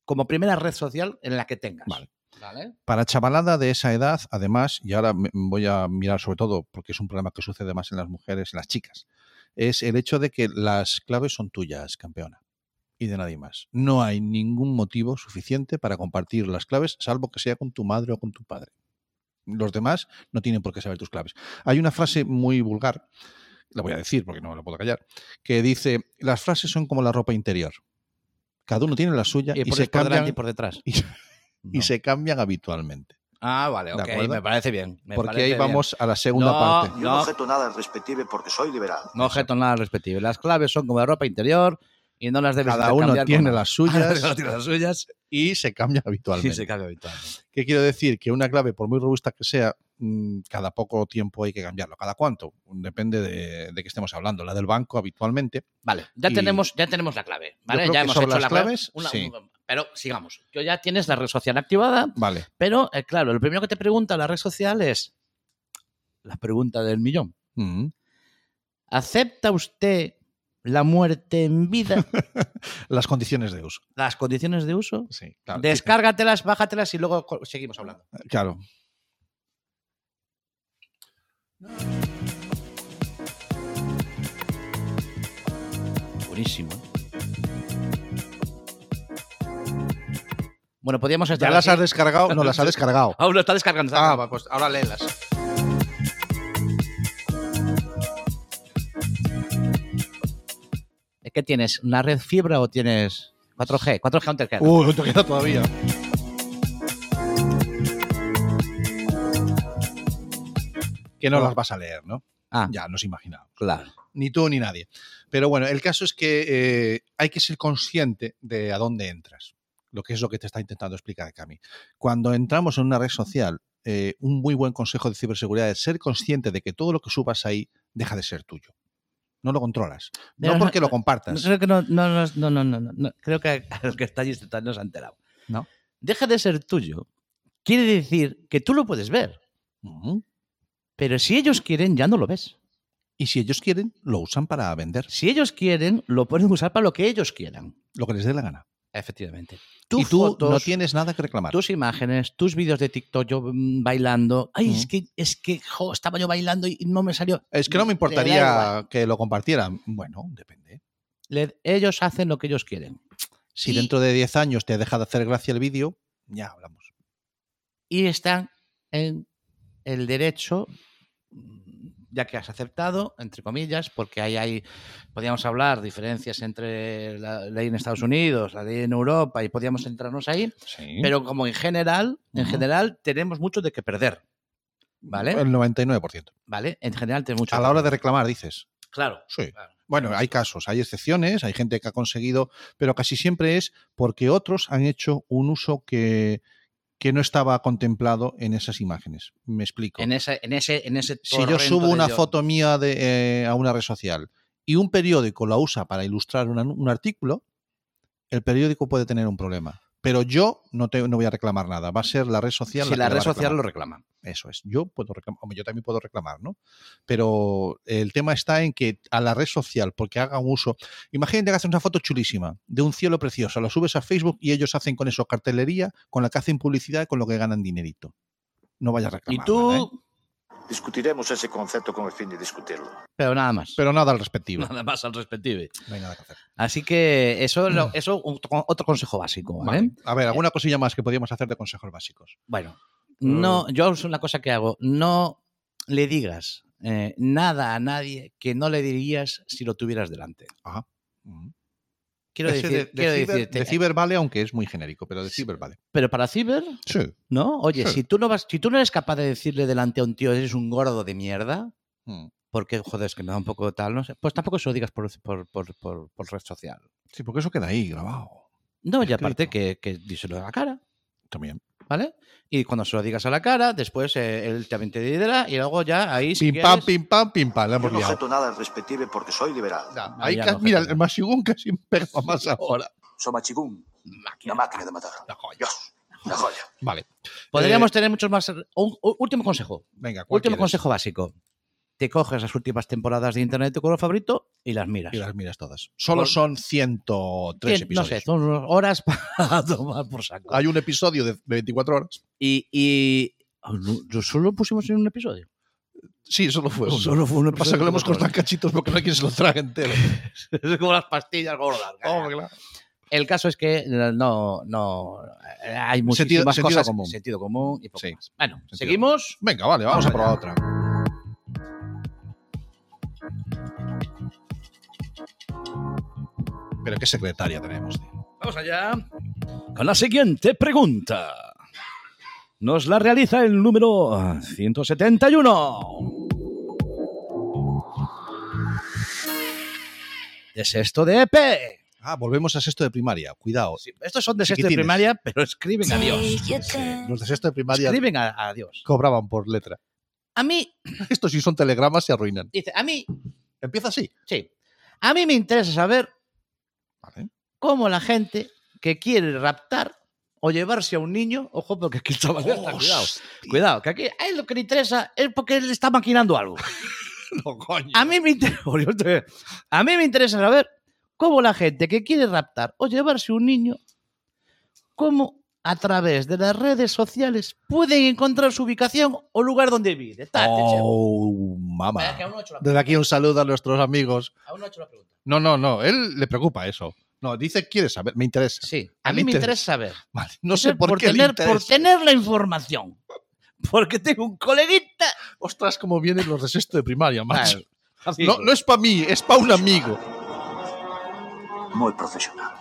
Speaker 4: como primera red social en la que tengas.
Speaker 2: Vale.
Speaker 4: ¿Vale?
Speaker 2: Para chavalada de esa edad, además, y ahora me- voy a mirar sobre todo, porque es un problema que sucede más en las mujeres, en las chicas, es el hecho de que las claves son tuyas, campeona, y de nadie más. No hay ningún motivo suficiente para compartir las claves, salvo que sea con tu madre o con tu padre. Los demás no tienen por qué saber tus claves. Hay una frase muy vulgar, la voy a decir porque no la puedo callar, que dice, las frases son como la ropa interior. Cada uno tiene la suya
Speaker 4: Y,
Speaker 2: y,
Speaker 4: por,
Speaker 2: se,
Speaker 4: por delante y
Speaker 2: cambian,
Speaker 4: por detrás.
Speaker 2: y- [LAUGHS] y
Speaker 4: No.
Speaker 2: se cambian habitualmente.
Speaker 4: Ah, vale,
Speaker 2: ¿De
Speaker 4: ok.
Speaker 2: acuerdo?
Speaker 4: Me parece bien. me
Speaker 2: Porque
Speaker 4: parece
Speaker 2: ahí
Speaker 4: bien.
Speaker 2: vamos a la segunda
Speaker 4: No,
Speaker 2: parte.
Speaker 3: Yo
Speaker 4: No.
Speaker 3: no objeto nada al respective porque soy liberal.
Speaker 4: No objeto nada al respectivo. Las claves son como la ropa interior. y no las debes
Speaker 2: Cada uno
Speaker 4: intercambiar
Speaker 2: tiene
Speaker 4: con- [LAUGHS]
Speaker 2: las
Speaker 4: Cada
Speaker 2: suyas
Speaker 4: uno tiene las suyas
Speaker 2: y se cambia habitualmente.
Speaker 4: y se cambia habitualmente.
Speaker 2: ¿Qué quiero decir? Que una clave, por muy robusta que sea, mm, cada poco tiempo hay que cambiarlo. ¿Cada cuánto? Depende de, de qué estemos hablando. La del banco habitualmente.
Speaker 4: Vale, ya,
Speaker 2: Y-
Speaker 4: tenemos, ya tenemos la clave. ¿vale?
Speaker 2: creo
Speaker 4: Ya
Speaker 2: que
Speaker 4: hemos
Speaker 2: sobre
Speaker 4: hecho
Speaker 2: las
Speaker 4: la clave.
Speaker 2: claves, sí.
Speaker 4: Pero sigamos. Yo ya tienes la red social activada,
Speaker 2: Vale.
Speaker 4: pero eh, claro, lo primero que te pregunta la red social es la pregunta del millón.
Speaker 2: Mm.
Speaker 4: ¿Acepta usted la muerte en
Speaker 2: [LAUGHS]
Speaker 4: vida?
Speaker 2: Las condiciones de uso.
Speaker 4: ¿Las condiciones de uso?
Speaker 2: Ah, Sí, claro.
Speaker 4: Descárgatelas, bájatelas y luego co- seguimos hablando.
Speaker 2: Claro.
Speaker 4: Buenísimo. ¿eh? Bueno, podríamos estar.
Speaker 2: ¿Ya las
Speaker 4: aquí.
Speaker 2: has descargado? No, las has descargado.
Speaker 4: [LAUGHS] Aún lo está descargando. está
Speaker 2: Ah,
Speaker 4: descargando.
Speaker 2: va, pues ahora léelas.
Speaker 4: ¿Qué tienes? ¿Una red fibra o tienes 4G? 4G aún te queda.
Speaker 2: Uy, te queda todavía. Que no las vas a leer, ¿no?
Speaker 4: ah,
Speaker 2: Ya, nos imaginamos.
Speaker 4: claro.
Speaker 2: Ni tú ni nadie. Pero bueno, el caso es que eh, hay que ser consciente de a dónde entras. Lo que es lo que te está intentando explicar Cami. Cuando entramos en una red social, eh, un muy buen consejo de ciberseguridad es ser consciente de que todo lo que subas ahí deja de ser tuyo. No lo controlas. No
Speaker 4: Pero-
Speaker 2: porque lo compartas.
Speaker 4: Creo que no, no, no, no, no, no, no, no. Creo que el que está allí no se ha enterado.
Speaker 2: No.
Speaker 4: Deja de ser tuyo. Quiere decir que tú lo puedes ver,
Speaker 2: Ujú.
Speaker 4: pero si ellos quieren, ya no lo ves.
Speaker 2: Y si ellos quieren, lo usan para vender
Speaker 4: Si ellos quieren, lo pueden usar para lo que ellos quieran.
Speaker 2: lo que les dé la gana.
Speaker 4: Efectivamente.
Speaker 2: y tú no tienes nada que reclamar.
Speaker 4: tus imágenes, tus vídeos de TikTok yo mm, bailando. Ay,
Speaker 2: Ujú.
Speaker 4: es que, es que jo, estaba yo bailando y no me salió.
Speaker 2: es que no me
Speaker 4: Te da igual.
Speaker 2: importaría que lo compartieran. Bueno, depende.
Speaker 4: Le- ellos hacen lo que ellos quieren.
Speaker 2: Si
Speaker 4: Y-
Speaker 2: dentro de 10 años te deja de hacer gracia el vídeo, ya hablamos.
Speaker 4: y están en el derecho, mm, ya que has aceptado, entre comillas, porque ahí hay, podríamos hablar, diferencias entre la ley en Estados Unidos, la ley en Europa, y podíamos centrarnos ahí,
Speaker 2: Sí.
Speaker 4: pero como en general, en
Speaker 2: Ujú.
Speaker 4: general tenemos mucho de que perder, ¿vale?
Speaker 2: El 99%.
Speaker 4: ¿Vale? En general tenemos mucho
Speaker 2: A
Speaker 4: de
Speaker 2: la
Speaker 4: que
Speaker 2: hora de
Speaker 4: perder.
Speaker 2: reclamar, dices.
Speaker 4: Claro.
Speaker 2: Sí.
Speaker 4: claro.
Speaker 2: Bueno, hay casos, hay excepciones, hay gente que ha conseguido, pero casi siempre es porque otros han hecho un uso que, que no estaba contemplado en esas imágenes. Me explico.
Speaker 4: En ese, en ese, en ese
Speaker 2: si yo
Speaker 4: torrente
Speaker 2: subo
Speaker 4: de
Speaker 2: una
Speaker 4: yo-
Speaker 2: foto mía de, eh, a una red social y un periódico la usa para ilustrar una- un artículo, el periódico puede tener un problema. Pero yo no, te, no voy a reclamar nada. Va a ser la red social.
Speaker 4: si la
Speaker 2: que
Speaker 4: red
Speaker 2: va a
Speaker 4: social lo
Speaker 2: reclamar.
Speaker 4: reclama.
Speaker 2: Eso es. Yo puedo reclamar. Hombre, yo también puedo reclamar, ¿no? Pero el tema está en que a la red social, porque haga un uso. Imagínate que haces una foto chulísima de un cielo precioso, la subes a Facebook y ellos hacen con eso cartelería, con la que hacen publicidad y con lo que ganan dinerito. No vayas a
Speaker 4: Y
Speaker 2: reclamar.
Speaker 4: tú,
Speaker 2: nada, ¿eh?
Speaker 3: Discutiremos ese concepto con el fin de discutirlo.
Speaker 4: pero nada más.
Speaker 2: Pero nada al respectivo.
Speaker 4: nada más al respectivo.
Speaker 2: No hay nada que hacer.
Speaker 4: Así que eso,
Speaker 2: Mm.
Speaker 4: lo- eso otro, otro consejo básico, ¿vale?
Speaker 2: Vale. A ver, alguna cosilla más que podíamos hacer de consejos básicos.
Speaker 4: Bueno,
Speaker 2: Mm.
Speaker 4: no, yo es una cosa que hago, no le digas eh, nada a nadie que no le dirías si lo tuvieras delante.
Speaker 2: Mm.
Speaker 4: Quiero
Speaker 2: Ese
Speaker 4: decir,
Speaker 2: de, de
Speaker 4: quiero
Speaker 2: ciber,
Speaker 4: decirte,
Speaker 2: de ciber vale, aunque es muy genérico, pero de ciber vale.
Speaker 4: pero para ciber,
Speaker 2: Sí.
Speaker 4: ¿no? Oye,
Speaker 2: Sí.
Speaker 4: si tú no vas, si tú no eres capaz de decirle delante a un tío eres un gordo de mierda,
Speaker 2: Mm.
Speaker 4: porque joder, es que me da un poco tal, no sé, pues tampoco se lo digas por, por, por, por- por red social.
Speaker 2: Sí, porque eso queda ahí grabado.
Speaker 4: No, y
Speaker 2: Escrito.
Speaker 4: aparte que, que díselo a la cara.
Speaker 2: También.
Speaker 4: ¿Vale? Y cuando se lo digas a la cara, después eh, él también te dirá y luego ya ahí si
Speaker 2: pim, pam,
Speaker 4: quieres-
Speaker 2: pim, pam, pim, pam. La
Speaker 3: Yo
Speaker 2: hemos
Speaker 3: no
Speaker 2: liado.
Speaker 3: objeto nada al respectivo porque soy liberal.
Speaker 2: Ya,
Speaker 4: No,
Speaker 2: ahí
Speaker 4: ya
Speaker 2: ca-
Speaker 4: no
Speaker 2: mira,
Speaker 4: objeto.
Speaker 2: el Mashigún casi pega más ahora.
Speaker 3: Soy machigún. Una máquina de matar.
Speaker 2: La joya.
Speaker 3: Dios, una joya.
Speaker 2: Vale.
Speaker 4: Podríamos tener muchos más. Un, un último consejo.
Speaker 2: Venga, eh. ¿cuál
Speaker 4: Último
Speaker 2: quieres?
Speaker 4: consejo básico. Te coges las últimas temporadas de Internet de tu color favorito y las miras.
Speaker 2: Y las miras todas. Solo
Speaker 4: Por-
Speaker 2: son
Speaker 4: Cien-
Speaker 2: 103
Speaker 4: no
Speaker 2: episodios.
Speaker 4: sé, son horas [LAUGHS] para tomar por saco.
Speaker 2: Hay un episodio de de 24 horas.
Speaker 4: Y. y oh, no, yo solo pusimos en un episodio.
Speaker 2: Sí, solo fue uno.
Speaker 4: Solo fue un
Speaker 2: Lo que Pues pasa es que lo hemos cortado en cachitos porque no hay quien se lo trague entero.
Speaker 4: [LAUGHS] Es como las pastillas gordas.
Speaker 2: Hombre, claro.
Speaker 4: El caso es que eh, no, no eh, hay
Speaker 2: Sentido-
Speaker 4: muchísimas
Speaker 2: sentido
Speaker 4: cosas
Speaker 2: común.
Speaker 4: sentido común y poco
Speaker 2: Sí.
Speaker 4: más. Bueno,
Speaker 2: Sentido
Speaker 4: seguimos.
Speaker 2: Venga, vale, vamos a probar otra. Pero qué secretaria tenemos, tío.
Speaker 4: Vamos allá con la siguiente pregunta. Nos la realiza el número 171. Es esto de E EP.
Speaker 2: Ah, volvemos a sexto de primaria. Cuidado.
Speaker 4: Sí, Estos son de sexto de
Speaker 2: Chiquitines.
Speaker 4: primaria, pero escriben a Dios.
Speaker 1: Take your time.
Speaker 2: Los de sexto de primaria
Speaker 4: Escriben a, a Dios.
Speaker 2: cobraban por letra.
Speaker 4: A mí,
Speaker 2: Estos si son telegramas se arruinan.
Speaker 4: dice, a mí,
Speaker 2: Empieza así.
Speaker 4: sí. A mí me interesa saber
Speaker 2: Vale.
Speaker 4: cómo la gente que quiere raptar o llevarse a un niño, ojo, porque aquí el chaval está cuidado. Cuidado, que aquí a él lo que le interesa es porque él está maquinando algo.
Speaker 2: No, coño.
Speaker 4: A mí me [LAUGHS] interesa, a mí me interesa saber cómo la gente que quiere raptar o llevarse un niño, cómo a través de las redes sociales pueden encontrar su ubicación o lugar donde vive. Tate, che.
Speaker 2: Oh,
Speaker 4: Espera, que
Speaker 2: mamá.
Speaker 4: aún no he hecho la
Speaker 2: Desde aquí un saludo a nuestros amigos.
Speaker 4: aún no he hecho la pregunta.
Speaker 2: No, no, no. Él le preocupa eso. No, dice quiere saber. Me interesa.
Speaker 4: Sí, a
Speaker 2: Al
Speaker 4: mí me
Speaker 2: interés.
Speaker 4: interesa saber.
Speaker 2: Vale. No sé por,
Speaker 4: por,
Speaker 2: qué le
Speaker 4: tener,
Speaker 2: interesa.
Speaker 4: por tener la información. Porque tengo un coleguita.
Speaker 2: Ostras, cómo vienen los de sexto de primaria, macho.
Speaker 4: Claro. Así.
Speaker 2: No, no es para mí, es para un amigo.
Speaker 3: Muy profesional.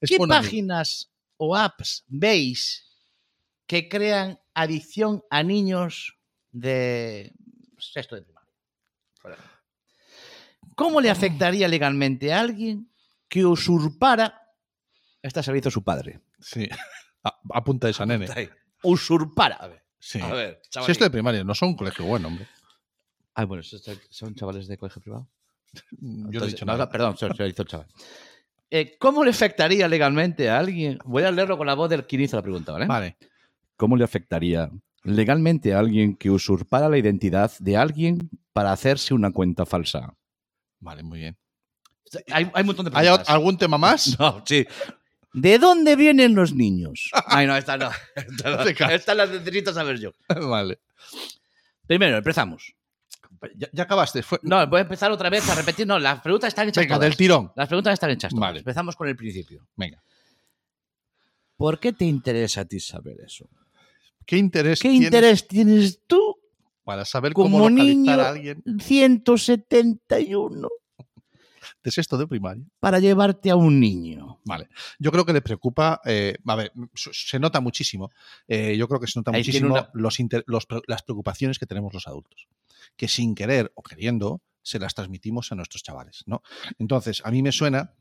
Speaker 2: Es
Speaker 4: ¿Qué
Speaker 2: pa' un amigo.
Speaker 4: páginas o apps veis que crean adicción a niños de sexto de primaria? Por ejemplo. ¿Cómo le afectaría legalmente a alguien que usurpara? Esta se la hizo su padre.
Speaker 2: Sí. A- Apunta esa nene.
Speaker 4: Usurpara. A ver,
Speaker 2: Sí.
Speaker 4: a ver chavalín.
Speaker 2: Sexto de primaria, no son un colegio bueno, hombre.
Speaker 4: Ah, bueno, ¿son cha- ¿son chavales de colegio privado?
Speaker 2: Mm, Yo no he
Speaker 4: Entonces,
Speaker 2: dicho
Speaker 4: no,
Speaker 2: nada.
Speaker 4: no, Perdón, se, se lo hizo el [LAUGHS] chaval. Eh, ¿Cómo le afectaría legalmente a alguien? Voy a leerlo con la voz del quien hizo la pregunta, ¿vale?
Speaker 2: Vale.
Speaker 4: ¿Cómo le afectaría legalmente a alguien que usurpara la identidad de alguien para hacerse una cuenta falsa?
Speaker 2: Vale, muy bien.
Speaker 4: Hay, hay un montón de
Speaker 2: ¿Hay
Speaker 4: preguntas.
Speaker 2: algún tema más?
Speaker 4: [LAUGHS] No, sí. ¿De dónde vienen los niños? [LAUGHS] Ay, no, esta no. Esta, no.
Speaker 2: Te cago.
Speaker 4: Esta la necesito saber yo.
Speaker 2: [LAUGHS] vale.
Speaker 4: Primero, empezamos.
Speaker 2: Ya, ya acabaste. Fue...
Speaker 4: No, voy a empezar otra vez a repetir. No, las preguntas están hechas
Speaker 2: Venga,
Speaker 4: todas.
Speaker 2: del tirón.
Speaker 4: Las preguntas están hechas todas.
Speaker 2: Vale.
Speaker 4: Empezamos con el principio.
Speaker 2: Venga.
Speaker 4: ¿Por qué te interesa a ti saber eso?
Speaker 2: ¿Qué interés
Speaker 4: ¿Qué
Speaker 2: tienes
Speaker 4: interés tienes tú
Speaker 2: para saber
Speaker 4: como
Speaker 2: cómo localizar
Speaker 4: niño
Speaker 2: a alguien
Speaker 4: 171
Speaker 2: de sexto de primaria?
Speaker 4: para llevarte a un niño?
Speaker 2: Vale. Yo creo que le preocupa. eh, a ver, se- se nota muchísimo. eh, yo creo que se nota
Speaker 4: Ahí tiene
Speaker 2: muchísimo
Speaker 4: una-
Speaker 2: los inter- los pre- las preocupaciones que tenemos los adultos. Que sin querer o queriendo se las transmitimos a nuestros chavales, ¿no? Entonces, a mí me suena.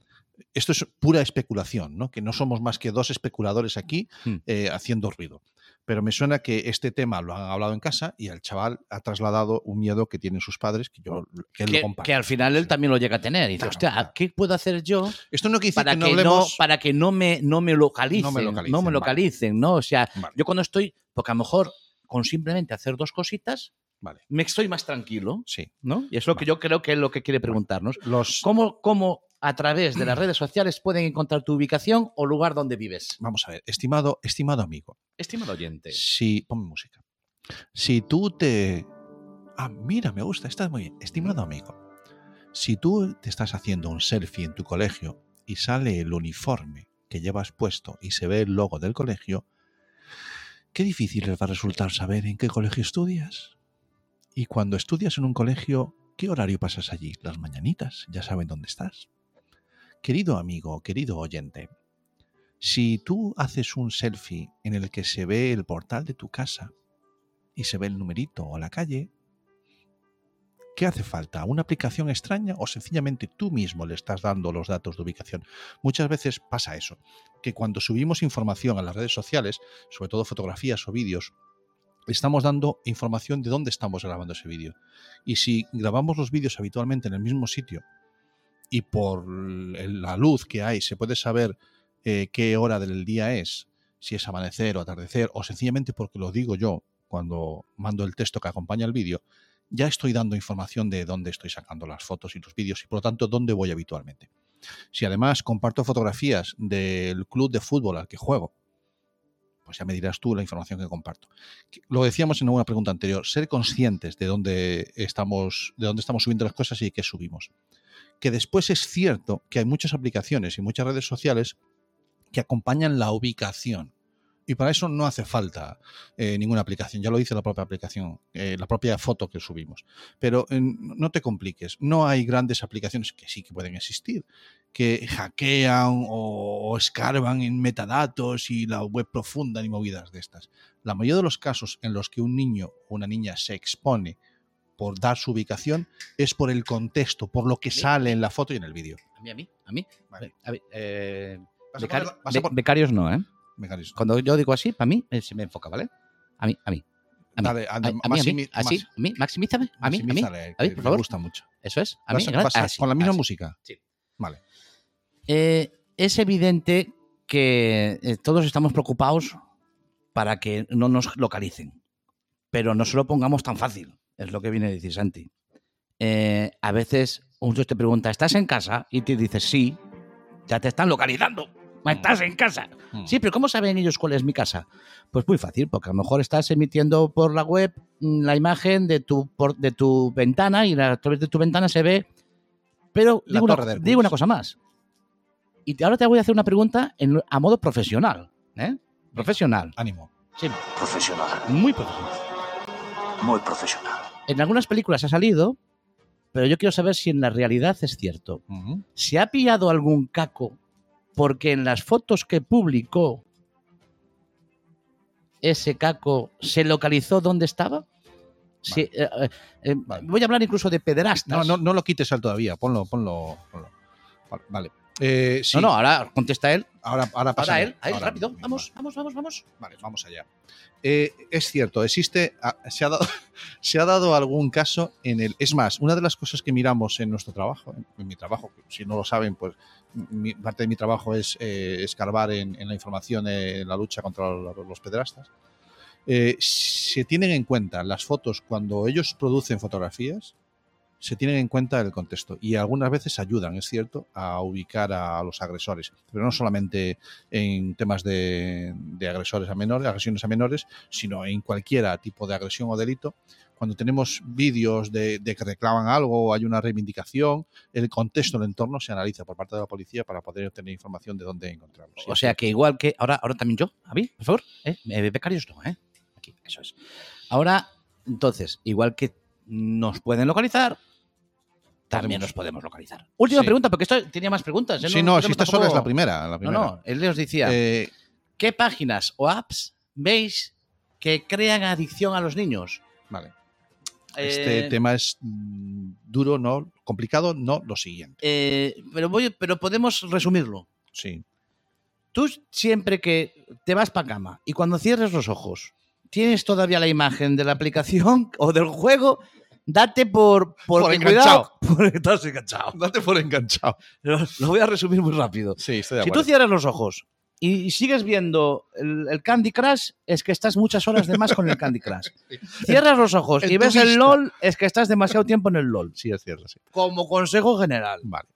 Speaker 2: Esto es pura especulación, ¿no?
Speaker 4: Mm.
Speaker 2: Que no somos más que dos especuladores aquí
Speaker 4: Hmm.
Speaker 2: eh, haciendo ruido. Pero me suena que este tema lo han hablado en casa y al chaval ha trasladado un miedo que tienen sus padres, que yo que él lo
Speaker 4: Que,
Speaker 2: comparte.
Speaker 4: que al final él
Speaker 2: Sí.
Speaker 4: también lo llega a tener. Y dice,
Speaker 2: Claro,
Speaker 4: hostia,
Speaker 2: claro.
Speaker 4: ¿qué puedo hacer yo
Speaker 2: Esto no quiere decir
Speaker 4: para
Speaker 2: que no
Speaker 4: que, no,
Speaker 2: hablemos.
Speaker 4: para que no me, no me localicen?
Speaker 2: No
Speaker 4: No
Speaker 2: me
Speaker 4: me
Speaker 2: localicen,
Speaker 4: localicen,
Speaker 2: vale.
Speaker 4: ¿no? O sea,
Speaker 2: Vale.
Speaker 4: yo cuando estoy, porque a lo mejor con simplemente hacer dos cositas,
Speaker 2: Vale.
Speaker 4: me estoy más tranquilo,
Speaker 2: Sí.
Speaker 4: ¿no? Y es lo que yo creo que es lo que quiere preguntarnos.
Speaker 2: Los,
Speaker 4: ¿Cómo, cómo a través de las
Speaker 2: [CLEARS THROAT]
Speaker 4: redes sociales pueden encontrar tu ubicación o lugar donde vives?
Speaker 2: vamos a ver, estimado, estimado amigo,
Speaker 4: Estimado oyente.
Speaker 2: si ponme música. Si tú te Ah, mira, me gusta, está muy bien. Estimado amigo, si tú te estás haciendo un selfie en tu colegio y sale el uniforme que llevas puesto y se ve el logo del colegio, qué difícil les va a resultar saber en qué colegio estudias. Y cuando estudias en un colegio, ¿qué horario pasas allí? Las mañanitas, ya saben dónde estás. Querido amigo, querido oyente, si tú haces un selfie en el que se ve el portal de tu casa y se ve el numerito o la calle, ¿qué hace falta? ¿Una aplicación extraña o sencillamente tú mismo le estás dando los datos de ubicación? Muchas veces pasa eso, que cuando subimos información a las redes sociales, sobre todo fotografías o vídeos, estamos dando información de dónde estamos grabando ese vídeo. Y si grabamos los vídeos habitualmente en el mismo sitio y por el- la luz que hay se puede saber eh, qué hora del día es, si es amanecer o atardecer, o sencillamente porque lo digo yo cuando mando el texto que acompaña el vídeo, ya estoy dando información de dónde estoy sacando las fotos y los vídeos y por lo tanto dónde voy habitualmente. Si además comparto fotografías del club de fútbol al que juego, pues ya me dirás tú la información que comparto. Que- Lo decíamos en una pregunta anterior, ser conscientes de dónde estamos, de dónde estamos subiendo las cosas y qué subimos. Que después es cierto que hay muchas aplicaciones y muchas redes sociales que acompañan la ubicación. Y para eso no hace falta eh, ninguna aplicación. Ya lo dice la propia aplicación, eh, la propia foto que subimos. Pero eh, no te compliques. No hay grandes aplicaciones que sí que pueden existir, que hackean o, o escarban en metadatos y la web profunda y movidas de estas. La mayoría de los casos en los que un niño o una niña se expone por dar su ubicación, es por el contexto, por lo que sale en la foto y en el vídeo.
Speaker 4: A mí, a mí, a mí.
Speaker 2: Vale.
Speaker 4: A ver, eh,
Speaker 2: Vas a
Speaker 4: becar-
Speaker 2: poner- vas a
Speaker 4: be-
Speaker 2: pon-
Speaker 4: becarios no, ¿eh?
Speaker 2: Mecanismo.
Speaker 4: Cuando yo digo así, para mí eh, se me enfoca, ¿vale? A mí, a mí. A mí,
Speaker 2: Dale,
Speaker 4: a,
Speaker 2: anda,
Speaker 4: a mí, a mí,
Speaker 2: maximi-
Speaker 4: así,
Speaker 2: max-
Speaker 4: a mí, maximízame, a mí, a mí.
Speaker 2: maximízale,
Speaker 4: a mí,
Speaker 2: que
Speaker 4: por
Speaker 2: me
Speaker 4: favor.
Speaker 2: gusta mucho.
Speaker 4: Eso es, a mí.
Speaker 2: Vas a- vas a-
Speaker 4: así,
Speaker 2: con la misma
Speaker 4: así.
Speaker 2: música.
Speaker 4: Sí.
Speaker 2: Vale.
Speaker 4: Eh, es evidente que eh, todos estamos preocupados para que no nos localicen, pero no se lo pongamos tan fácil, es lo que viene a decir Santi. Eh, a veces muchos te pregunta, ¿estás en casa? Y te dices, sí, ya te están localizando, estás en casa.
Speaker 2: Mm.
Speaker 4: Sí, pero ¿cómo saben ellos cuál es mi casa? Pues muy fácil, porque a lo mejor estás emitiendo por la web mm, la imagen de tu, por- de tu ventana y la- a través de tu ventana se ve... Pero
Speaker 2: La
Speaker 4: digo una-
Speaker 2: torre de Hércules.
Speaker 4: digo una cosa más. Y te- ahora te voy a hacer una pregunta en- a modo profesional. ¿eh? Profesional.
Speaker 2: Ánimo.
Speaker 4: Sí,
Speaker 3: Profesional,
Speaker 4: muy profesional.
Speaker 3: muy profesional.
Speaker 4: En algunas películas ha salido, pero yo quiero saber si en la realidad es cierto.
Speaker 2: Ujú.
Speaker 4: ¿Se ha pillado algún caco porque en las fotos que publicó ese caco se localizó dónde estaba? Sí, eh, eh, eh,
Speaker 2: Vale.
Speaker 4: Voy a hablar incluso de
Speaker 2: No,
Speaker 4: pederastas.
Speaker 2: no, no lo quites al todavía. Ponlo, ponlo. ponlo. Vale, Vale. Eh, sí,
Speaker 4: No, no, ahora contesta él.
Speaker 2: Ahora, ahora pasa.
Speaker 4: Ahora él, a él,
Speaker 2: Ahora
Speaker 4: rápido.
Speaker 2: mismo.
Speaker 4: Vamos, vamos, vamos, vamos.
Speaker 2: Vale, vamos allá. Eh, es cierto, existe, ah, se ha, dado, [LAUGHS] se ha dado algún caso en el... Es más, una de las cosas que miramos en nuestro trabajo, en, en mi trabajo, si no lo saben, pues mi- parte de mi trabajo es eh, escarbar en, en la información, eh, en la lucha contra lo- los pedrastas. Eh, se tienen en cuenta las fotos cuando ellos producen fotografías, se tienen en cuenta el contexto y algunas veces ayudan, es cierto, a ubicar a los agresores, pero no solamente en temas de, de agresores a menores, agresiones a menores, sino en cualquier tipo de agresión o delito. Cuando tenemos vídeos de, de que reclaman algo o hay una reivindicación, el contexto, el entorno se analiza por parte de la policía para poder obtener información de dónde encontrarlos.
Speaker 4: O sea que igual que ahora, ahora también yo, a mí, por favor, ¿eh? Eh, becarios no, ¿eh? Aquí, eso es. Ahora, entonces, igual que nos pueden localizar, también
Speaker 2: Podemos.
Speaker 4: nos podemos localizar. Última
Speaker 2: Sí.
Speaker 4: pregunta, porque esto tenía más preguntas. ¿eh?
Speaker 2: Sí, no, si
Speaker 4: tenemos
Speaker 2: esta sola es la
Speaker 4: tampoco-
Speaker 2: primera. La primera.
Speaker 4: No, no, él les decía,
Speaker 2: Eh,
Speaker 4: ¿qué páginas o apps veis que crean adicción a los niños?
Speaker 2: vale. Este
Speaker 4: Eh,
Speaker 2: tema es mm, duro, no complicado, no lo siguiente.
Speaker 4: eh, pero, voy, pero podemos resumirlo.
Speaker 2: Sí.
Speaker 4: Tú siempre que te vas para cama y cuando cierres los ojos, tienes todavía la imagen de la aplicación [LAUGHS] o del juego, date por, por,
Speaker 2: Por
Speaker 4: que
Speaker 2: enganchado.
Speaker 4: cuidado, [LAUGHS] porque estás enganchado.
Speaker 2: Date por enganchado.
Speaker 4: Lo, lo voy a resumir muy rápido.
Speaker 2: Sí, estoy de
Speaker 4: Si tú
Speaker 2: acuerdo.
Speaker 4: cierras los ojos y sigues viendo el, el Candy Crush, es que estás muchas horas de más con el Candy
Speaker 2: [LAUGHS]
Speaker 4: Crush. Cierras los ojos
Speaker 2: En
Speaker 4: y
Speaker 2: tu
Speaker 4: ves el
Speaker 2: vista.
Speaker 4: LOL, es que estás demasiado tiempo en el LOL.
Speaker 2: Sí, es cierto, sí.
Speaker 4: Como consejo general.
Speaker 2: Vale.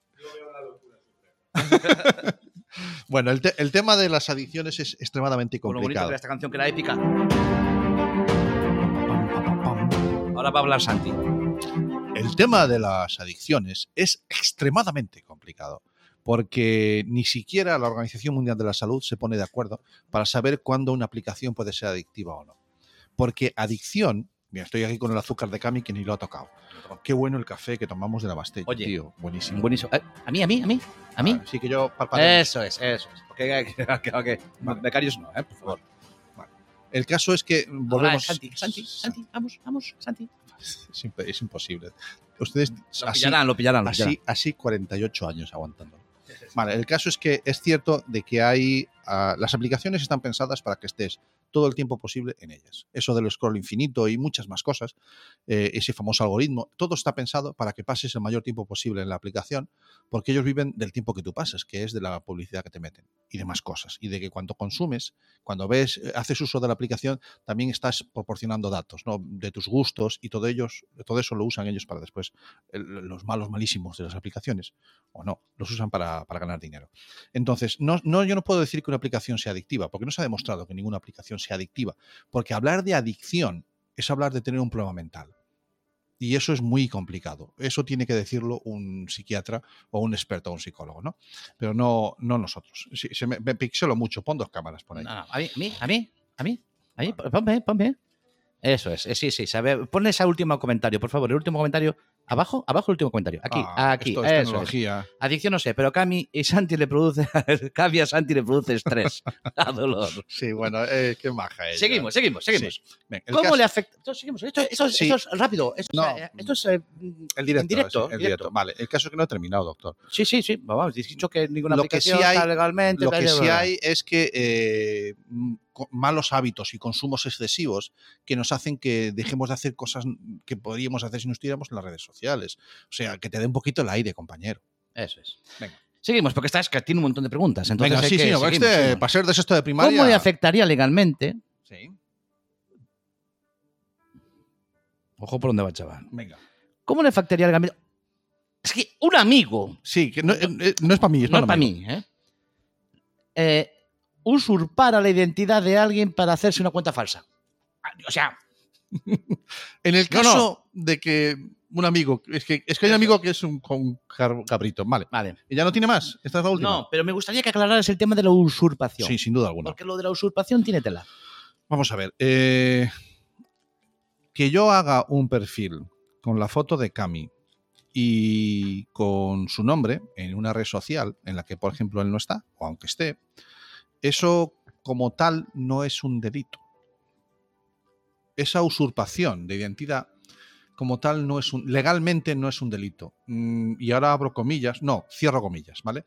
Speaker 2: bueno, el, te- el tema de las adicciones es extremadamente
Speaker 4: Con lo bonito que
Speaker 2: complicado.
Speaker 4: era esta canción que era épica. Ahora va a hablar Santi.
Speaker 2: El tema de las adicciones es extremadamente complicado porque ni siquiera la Organización Mundial de la Salud se pone de acuerdo para saber cuándo una aplicación puede ser adictiva o no. Porque adicción, mira, estoy aquí con el azúcar de Cami que ni lo ha tocado. Qué bueno el café que tomamos de la Bastella,
Speaker 4: Oye.
Speaker 2: tío, buenísimo.
Speaker 4: Buenísimo. Eh, a mí, a mí, a mí, a mí.
Speaker 2: Así que yo parpadeo.
Speaker 4: Eso es, eso es. Ok,
Speaker 2: [LAUGHS]
Speaker 4: ok, ok, ok.
Speaker 2: Vale.
Speaker 4: Becarios no, ¿eh? por favor.
Speaker 2: El caso es que
Speaker 4: Ahora,
Speaker 2: volvemos
Speaker 4: Santi, Santi, Santi, vamos, vamos, Santi.
Speaker 2: Es, imp- es imposible. Ustedes
Speaker 4: Lo
Speaker 2: así,
Speaker 4: pillarán, lo pillarán. Lo pillarán.
Speaker 2: así, así 48 años aguantando. Vale, el caso es que es cierto de que hay. ah, las aplicaciones están pensadas para que estés todo el tiempo posible en ellas. Eso del scroll infinito y muchas más cosas, eh, ese famoso algoritmo, todo está pensado para que pases el mayor tiempo posible en la aplicación, porque ellos viven del tiempo que tú pasas, que es de la publicidad que te meten y demás cosas. Y de que cuando consumes, cuando ves, eh, haces uso de la aplicación, también estás proporcionando datos, ¿no? De tus gustos y todo ellos, todo eso lo usan ellos para después el- los malos malísimos de las aplicaciones, o no, los usan para, para ganar dinero. Entonces, no, no, yo no puedo decir que una aplicación sea adictiva, porque no se ha demostrado que ninguna aplicación sea adictiva, porque hablar de adicción es hablar de tener un problema mental. Y eso es muy complicado. Eso tiene que decirlo un psiquiatra o un experto o un psicólogo, ¿no? Pero no, no nosotros. Sí, se me, me pixelo mucho. Pon dos cámaras por
Speaker 4: No,
Speaker 2: ahí.
Speaker 4: no, a mí, a mí, a mí, a mí. A mí, ponme, ponme. Eso es, eh, sí, sí. sabe- Pon ese último comentario, por favor. El último comentario Abajo, abajo el último comentario. Aquí,
Speaker 2: Ah,
Speaker 4: aquí.
Speaker 2: Esto
Speaker 4: eso
Speaker 2: es
Speaker 4: es.
Speaker 2: tecnología.
Speaker 4: Adicción no sé, pero Cami y Santi le produce, [LAUGHS] Cami a Santi le produce [LAUGHS] estrés, a dolor.
Speaker 2: Sí, bueno, eh, qué maja ella.
Speaker 4: Seguimos, seguimos, seguimos.
Speaker 2: Venga, el
Speaker 4: ¿Cómo
Speaker 2: caso- Eh,
Speaker 4: le afecta? Entonces, seguimos. Esto, esto es-
Speaker 2: Sí.
Speaker 4: esto es rápido. Esto, es,
Speaker 2: No.
Speaker 4: eh, esto es, eh,
Speaker 2: El directo.
Speaker 4: en directo,
Speaker 2: es- el
Speaker 4: directo.
Speaker 2: directo. Vale, el caso es que no he terminado, doctor.
Speaker 4: Sí, sí, sí. Vamos, he dicho que ninguna
Speaker 2: Lo que
Speaker 4: aplicación
Speaker 2: sí hay-
Speaker 4: está legalmente.
Speaker 2: Lo
Speaker 4: bla,
Speaker 2: que
Speaker 4: bla,
Speaker 2: sí
Speaker 4: bla.
Speaker 2: hay es que eh, m- co- malos hábitos y consumos excesivos que nos hacen que dejemos de hacer cosas que podríamos hacer si no estuviéramos en las redes sociales. O sea, que te dé un poquito el aire, compañero.
Speaker 4: Eso es.
Speaker 2: Venga.
Speaker 4: Seguimos, porque estás que tiene un montón de preguntas. Entonces
Speaker 2: Venga,
Speaker 4: hay
Speaker 2: sí,
Speaker 4: que-
Speaker 2: sí, no,
Speaker 4: seguimos,
Speaker 2: este,
Speaker 4: seguimos.
Speaker 2: para ser de sexto de primaria.
Speaker 4: ¿Cómo le afectaría legalmente?
Speaker 2: Sí,
Speaker 4: Ojo por dónde va, chaval.
Speaker 2: venga.
Speaker 4: ¿Cómo le afectaría legalmente? Es que un amigo,
Speaker 2: Sí, que no, eh, eh, no es para mí, es
Speaker 4: no
Speaker 2: para,
Speaker 4: para mí, ¿eh? Eh, usurpar a la identidad de alguien para hacerse una cuenta falsa. O sea,
Speaker 2: En el
Speaker 4: No, no.
Speaker 2: caso de que un amigo, es que, es que hay un amigo que es un, un car- cabrito, vale.
Speaker 4: vale.
Speaker 2: ¿Y ya no tiene más? ¿Esta es la última?
Speaker 4: No, pero me gustaría que aclararas el tema de la usurpación.
Speaker 2: Sí, sin duda alguna.
Speaker 4: Porque lo de la usurpación tiene tela.
Speaker 2: Vamos a ver. eh, que yo haga un perfil con la foto de Cami y con su nombre en una red social en la que, por ejemplo, él no está, o aunque esté, eso como tal no es un delito. Esa usurpación de identidad como tal no es un legalmente no es un delito. Mm, Y ahora abro comillas, no, cierro comillas, ¿vale?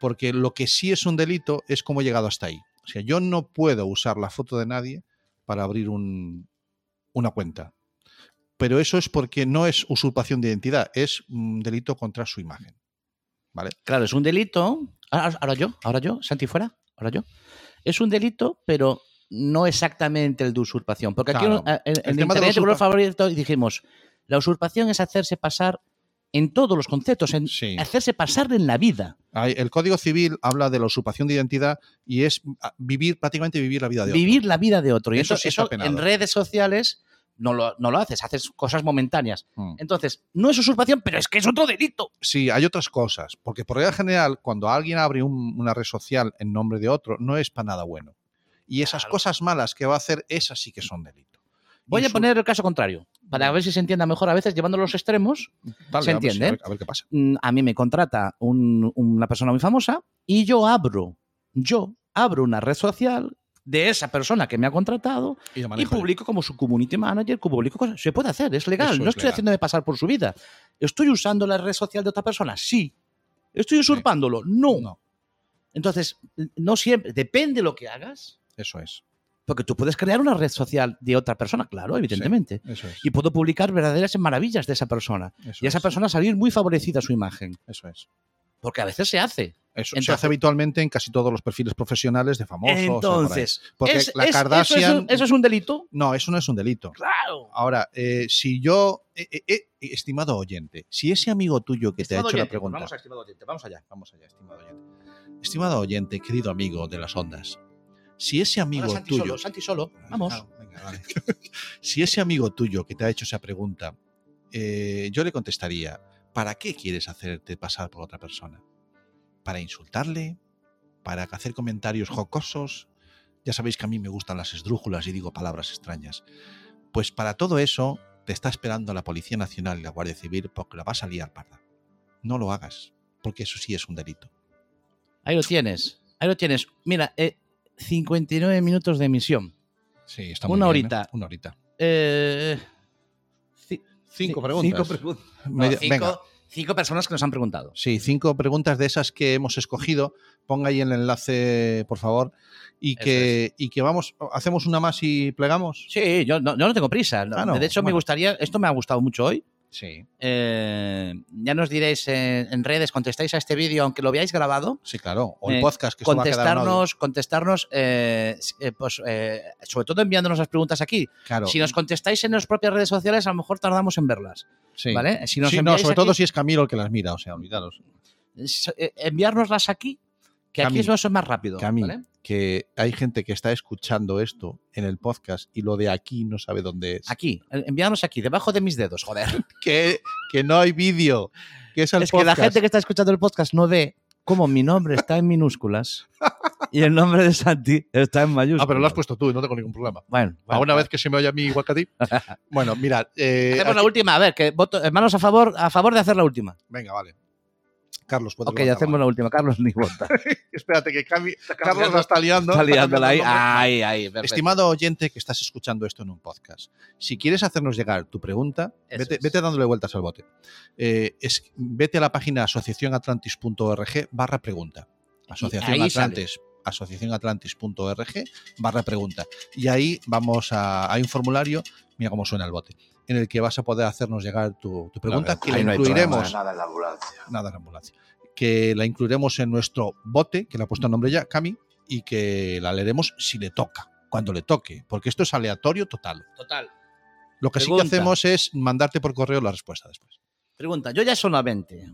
Speaker 2: porque lo que sí es un delito es cómo he llegado hasta ahí. O sea, yo no puedo usar la foto de nadie para abrir un- una cuenta. Pero eso es porque no es usurpación de identidad, es un delito contra su imagen. ¿Vale?
Speaker 4: Claro, es un delito. Ahora, ahora yo, ahora yo, Santi fuera, ahora yo. Es un delito, pero no exactamente el de usurpación. Porque aquí
Speaker 2: Claro.
Speaker 4: eh, en, en
Speaker 2: tema de la
Speaker 4: Internet de color
Speaker 2: usurpa-
Speaker 4: favorito dijimos, la usurpación es hacerse pasar en todos los conceptos, en
Speaker 2: Sí.
Speaker 4: hacerse pasar en la vida.
Speaker 2: Hay- El Código Civil habla de la usurpación de identidad y es ah, vivir, prácticamente vivir la vida de otro.
Speaker 4: vivir la vida de otro. Y
Speaker 2: Eso
Speaker 4: eso,
Speaker 2: sí está
Speaker 4: eso
Speaker 2: penado.
Speaker 4: en redes sociales no lo, no lo haces, haces cosas momentáneas.
Speaker 2: Mm.
Speaker 4: Entonces, no es usurpación, pero es que es otro delito.
Speaker 2: Sí, hay otras cosas. Porque por regla general, cuando alguien abre un- una red social en nombre de otro, no es para nada bueno. Y esas
Speaker 4: Claro.
Speaker 2: cosas malas que va a hacer, esas sí que son delito.
Speaker 4: Voy a
Speaker 2: Insur-
Speaker 4: poner el caso contrario, para ver si se entienda mejor. A veces, llevando los extremos,
Speaker 2: Dale,
Speaker 4: se
Speaker 2: vamos,
Speaker 4: entiende,
Speaker 2: A ver, a ver qué pasa.
Speaker 4: mm, a mí me contrata un- una persona muy famosa y yo abro, yo abro una red social de esa persona que me ha contratado
Speaker 2: Y, lo
Speaker 4: y
Speaker 2: manejo yo.
Speaker 4: publico como su community manager, como publico cosas. Se puede hacer, es legal.
Speaker 2: Eso
Speaker 4: no
Speaker 2: es
Speaker 4: estoy
Speaker 2: legal.
Speaker 4: haciéndome pasar por su vida. ¿Estoy usando la red social de otra persona? Sí. ¿Estoy usurpándolo? No.
Speaker 2: No,
Speaker 4: Entonces, no siempre, depende de lo que hagas,
Speaker 2: eso es.
Speaker 4: porque tú puedes crear una red social de otra persona, claro, evidentemente.
Speaker 2: Eso es.
Speaker 4: Y puedo publicar verdaderas maravillas de esa persona.
Speaker 2: Eso
Speaker 4: Y a esa
Speaker 2: es,
Speaker 4: persona salir muy favorecida su imagen.
Speaker 2: Eso es.
Speaker 4: Porque a veces se hace.
Speaker 2: Eso se
Speaker 4: Entonces-
Speaker 2: hace habitualmente en casi todos los perfiles profesionales de famosos. o por ahí.
Speaker 4: Entonces,
Speaker 2: Porque
Speaker 4: es-
Speaker 2: la
Speaker 4: es- eso es un-
Speaker 2: Kardashian.
Speaker 4: Eso, es un delito?
Speaker 2: No, eso no es un delito.
Speaker 4: Claro.
Speaker 2: Ahora, eh, si yo, eh, eh, eh, estimado oyente, si ese amigo tuyo que te ha hecho la pregunta.
Speaker 4: Vamos a estimado oyente, vamos allá.
Speaker 2: Vamos allá, estimado oyente. Estimado oyente, querido amigo de las ondas, si ese amigo
Speaker 4: Ahora Santi
Speaker 2: tuyo.
Speaker 4: solo, Santi solo. Vamos.
Speaker 2: Claro, venga, vale. [LAUGHS] si ese amigo tuyo que te ha hecho esa pregunta, eh, yo le contestaría, ¿para qué quieres hacerte pasar por otra persona? ¿Para insultarle? ¿Para hacer comentarios jocosos? Ya sabéis que a mí me gustan las esdrújulas y digo palabras extrañas. Pues para todo eso te está esperando la Policía Nacional y la Guardia Civil porque la vas a liar parda. No lo hagas, porque eso sí es un delito.
Speaker 4: Ahí lo tienes. Ahí lo tienes. Mira, eh, 59 minutos de emisión.
Speaker 2: Sí, está
Speaker 4: muy Una bien, ¿eh? horita.
Speaker 2: Una horita.
Speaker 4: Eh, ci-
Speaker 2: Cinco
Speaker 4: ci-
Speaker 2: preguntas.
Speaker 4: Cinco, pregun- No,
Speaker 2: Media-
Speaker 4: cinco-
Speaker 2: venga.
Speaker 4: cinco personas que nos han preguntado.
Speaker 2: Sí, cinco preguntas de esas que hemos escogido. Ponga ahí el enlace, por favor. Y
Speaker 4: Eso
Speaker 2: que, y que vamos, hacemos una más y plegamos.
Speaker 4: Sí, yo no, yo no tengo prisa.
Speaker 2: Ah, no,
Speaker 4: De hecho, me
Speaker 2: bueno.
Speaker 4: gustaría. Esto me ha gustado mucho hoy.
Speaker 2: Sí,
Speaker 4: Eh, ya nos diréis eh, en redes, contestáis a este vídeo, aunque lo veáis grabado.
Speaker 2: sí, claro. O el
Speaker 4: Eh,
Speaker 2: podcast que esto va a quedar en audio.
Speaker 4: contestarnos, contestarnos, eh, s- eh, pues, eh, sobre todo enviándonos las preguntas aquí.
Speaker 2: Claro,
Speaker 4: Si nos contestáis en las propias redes sociales, a lo mejor tardamos en verlas,
Speaker 2: sí.
Speaker 4: ¿vale? Si nos
Speaker 2: Sí, no,
Speaker 4: enviáis
Speaker 2: sobre
Speaker 4: aquí,
Speaker 2: todo si es Camilo el que las mira, o sea, olvidaros.
Speaker 4: s- eh, enviárnoslas aquí, que
Speaker 2: Cami,
Speaker 4: aquí eso es más rápido,
Speaker 2: Cami,
Speaker 4: ¿vale?
Speaker 2: que hay gente que está escuchando esto en el podcast y lo de aquí no sabe dónde es.
Speaker 4: Aquí, eh, enviadnos aquí, debajo de mis dedos, joder.
Speaker 2: Que, que no hay vídeo, que es [LAUGHS] el
Speaker 4: es que la
Speaker 2: podcast.
Speaker 4: gente que está escuchando el podcast no ve cómo mi nombre está en minúsculas y el nombre de Santi está en mayúsculas.
Speaker 2: Ah, pero lo has puesto tú y no tengo ningún problema.
Speaker 4: Bueno,
Speaker 2: a
Speaker 4: bueno.
Speaker 2: una vez que se me oye a mí igual que a
Speaker 4: [LAUGHS]
Speaker 2: ti. Bueno, mira. eh,
Speaker 4: Hacemos la
Speaker 2: aquí- Pues
Speaker 4: última, a ver, que voto, hermanos a favor, a favor de hacer la última.
Speaker 2: Venga, vale. Carlos, puedes
Speaker 4: Ok,
Speaker 2: levantar
Speaker 4: hacemos
Speaker 2: mano.
Speaker 4: la última. Carlos [LAUGHS] ni vota.
Speaker 2: Espérate, que Cami- Carlos la está liando.
Speaker 4: Está liándola
Speaker 2: [LAUGHS]
Speaker 4: ahí.
Speaker 2: Está cambiando el nombre.
Speaker 4: Ahí, ahí. Ah, perfecto.
Speaker 2: Estimado oyente que estás escuchando esto en un podcast, si quieres hacernos llegar tu pregunta,
Speaker 4: Eso
Speaker 2: vete,
Speaker 4: es.
Speaker 2: vete dándole vueltas al bote. Eh, es- vete a la página asociacionatlantis.org barra pregunta. Asociación
Speaker 4: ahí sale.
Speaker 2: Atlantis asociacionatlantis.org barra pregunta. Y ahí vamos a. Hay un formulario, mira cómo suena el bote, en el que vas a poder hacernos llegar tu, tu pregunta,
Speaker 4: No,
Speaker 2: que
Speaker 4: ahí
Speaker 2: la
Speaker 4: no hay
Speaker 2: incluiremos.
Speaker 4: problema,
Speaker 3: Nada en la ambulancia.
Speaker 2: nada en ambulancia. Que la incluiremos en nuestro bote, que le ha puesto nombre ya, Cami, y que la leeremos si le toca, cuando le toque, porque esto es aleatorio total.
Speaker 4: Total.
Speaker 2: Lo que sí
Speaker 4: Pregunta.
Speaker 2: que hacemos es mandarte por correo la respuesta después.
Speaker 4: Pregunta, yo ya solamente.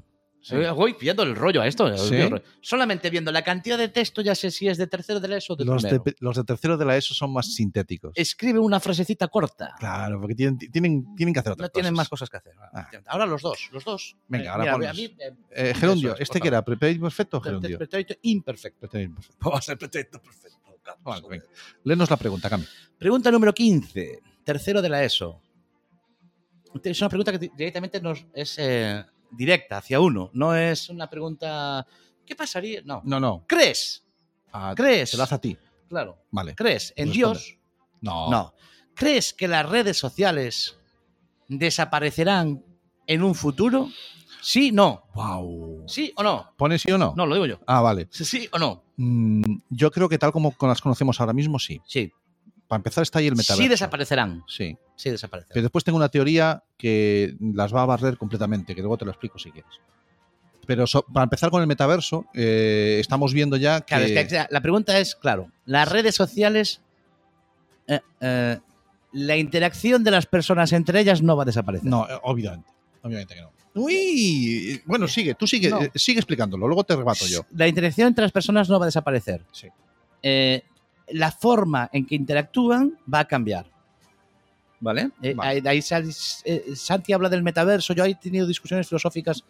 Speaker 4: eh, Voy viendo el rollo a esto.
Speaker 2: Sí.
Speaker 4: Solamente viendo la cantidad de texto ya sé si es de tercero de la ESO o de
Speaker 2: Los de,
Speaker 4: primero.
Speaker 2: los de tercero de la ESO son más sintéticos.
Speaker 4: Escribe una frasecita corta.
Speaker 2: Claro, porque tienen, tienen, tienen que hacer otras
Speaker 4: No tienen más
Speaker 2: cosas.
Speaker 4: cosas que hacer.
Speaker 2: Ah.
Speaker 4: Ahora los dos, los dos.
Speaker 2: Venga,
Speaker 4: Eh,
Speaker 2: ahora
Speaker 4: mira,
Speaker 2: ponlos.
Speaker 4: a mí, eh,
Speaker 2: Eh, gerundio,
Speaker 4: Eso es,
Speaker 2: ¿este
Speaker 4: por
Speaker 2: que era? ¿Pretérito perfecto o
Speaker 4: te- te-
Speaker 2: gerundio?
Speaker 4: pretérito imperfecto.
Speaker 2: Pretérito perfecto.
Speaker 4: Va a ser pretérito perfecto. Carlos.
Speaker 2: Vale, venga. Léenos la pregunta, Cami.
Speaker 4: Pregunta número 15. Tercero de la ESO. Es una pregunta que di- directamente nos, es eh, directa hacia uno. No es una pregunta. ¿Qué pasaría? No.
Speaker 2: No, no.
Speaker 4: ¿Crees?
Speaker 2: Ah,
Speaker 4: ¿Crees?
Speaker 2: Se la hace a ti.
Speaker 4: Claro.
Speaker 2: Vale.
Speaker 4: ¿Crees en
Speaker 2: Responde.
Speaker 4: Dios?
Speaker 2: No.
Speaker 4: No. ¿Crees que las redes sociales desaparecerán en un futuro? Sí, no.
Speaker 2: Wow.
Speaker 4: ¿Sí o no?
Speaker 2: ¿Pone sí o no?
Speaker 4: No, lo digo yo.
Speaker 2: Ah, vale.
Speaker 4: Sí, sí o no.
Speaker 2: Mm, yo creo que tal como con- las conocemos ahora mismo, sí.
Speaker 4: Sí.
Speaker 2: Para empezar está ahí el metaverso.
Speaker 4: Sí desaparecerán.
Speaker 2: Sí.
Speaker 4: Sí desaparecerán.
Speaker 2: Pero después tengo una teoría que las va a barrer completamente, que luego te lo explico si quieres. Pero so- para empezar con el metaverso, eh, estamos viendo ya que...
Speaker 4: Claro, es que la pregunta es, claro, las redes sociales, eh, eh, la interacción de las personas entre ellas no va a desaparecer.
Speaker 2: No, eh, obviamente. Obviamente que no. Uy, bueno, sigue, tú sigue,
Speaker 4: No.
Speaker 2: eh, sigue explicándolo, luego te rebato yo.
Speaker 4: La interacción entre las personas no va a desaparecer.
Speaker 2: Sí.
Speaker 4: Eh, la forma en que interactúan va a cambiar. ¿Vale? Eh,
Speaker 2: Vale.
Speaker 4: ahí- ahí sal- eh, Santi habla del metaverso. Yo he tenido discusiones filosóficas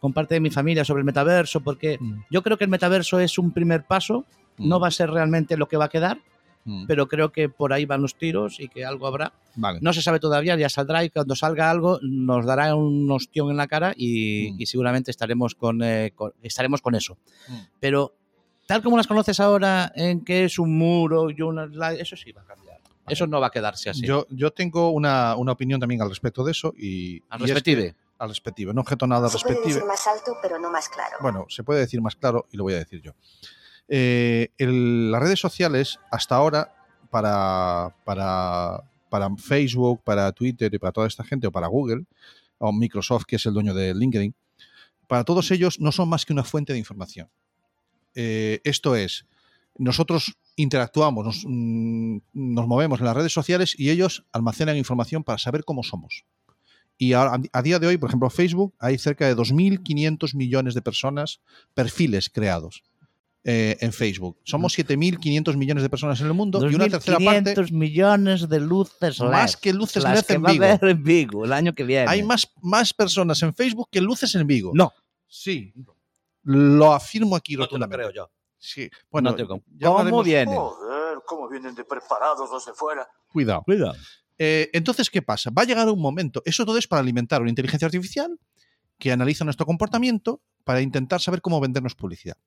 Speaker 4: con parte de mi familia sobre el metaverso, porque
Speaker 2: Mm,
Speaker 4: yo creo que el metaverso es un primer paso. No
Speaker 2: mm,
Speaker 4: va a ser realmente lo que va a quedar,
Speaker 2: mm.
Speaker 4: pero creo que por ahí van los tiros y que algo habrá.
Speaker 2: Vale.
Speaker 4: No se sabe todavía, ya saldrá y cuando salga algo nos dará un ostión en la cara y,
Speaker 2: Mm.
Speaker 4: y seguramente estaremos con, eh, con- estaremos con eso.
Speaker 2: Mm.
Speaker 4: Pero tal como las conoces ahora, en que es un muro y una... la- Eso sí va a cambiar. Eso no va a quedarse así.
Speaker 2: Yo, yo tengo una, una opinión también al respecto de eso y...
Speaker 4: Al
Speaker 2: y es
Speaker 4: respective.
Speaker 2: que- al respectivo, no objeto nada al
Speaker 5: Se puede
Speaker 4: [LAUGHS]
Speaker 2: respectivo.
Speaker 5: decir más alto, pero no más claro.
Speaker 2: bueno, se puede decir más claro y lo voy a decir yo. Eh, el- las redes sociales hasta ahora para, para, para Facebook, para Twitter y para toda esta gente, o para Google, o Microsoft, que es el dueño de LinkedIn, para todos ellos no son más que una fuente de información. Eh, esto es, nosotros interactuamos, nos, mm, nos movemos en las redes sociales y ellos almacenan información para saber cómo somos. Y ahora, a, a día de hoy, por ejemplo, Facebook, hay cerca de 2.500 millones de personas, perfiles creados eh, en Facebook. Somos 7.500 millones de personas en el mundo y una tercera parte
Speaker 4: 2.500 millones de luces
Speaker 2: Más
Speaker 4: LED,
Speaker 2: que luces
Speaker 4: las
Speaker 2: LED
Speaker 4: que
Speaker 2: en
Speaker 4: va
Speaker 2: Vigo.
Speaker 4: a haber en Vigo el año que viene.
Speaker 2: Hay más, más personas en Facebook que luces en Vigo.
Speaker 4: No.
Speaker 2: Sí. Lo afirmo aquí
Speaker 4: No te lo
Speaker 2: rotundamente.
Speaker 4: creo yo.
Speaker 2: Sí. Bueno,
Speaker 4: No te lo creo.
Speaker 2: ya Oh.
Speaker 4: ¿Cómo
Speaker 2: hablaremos-
Speaker 4: viene?
Speaker 3: Joder, cómo vienen de preparados los de fuera.
Speaker 2: Cuidado.
Speaker 4: Cuidado.
Speaker 2: Eh, entonces, ¿qué pasa? Va a llegar un momento. Eso todo es para alimentar una inteligencia artificial que analiza nuestro comportamiento para intentar saber cómo vendernos publicidad.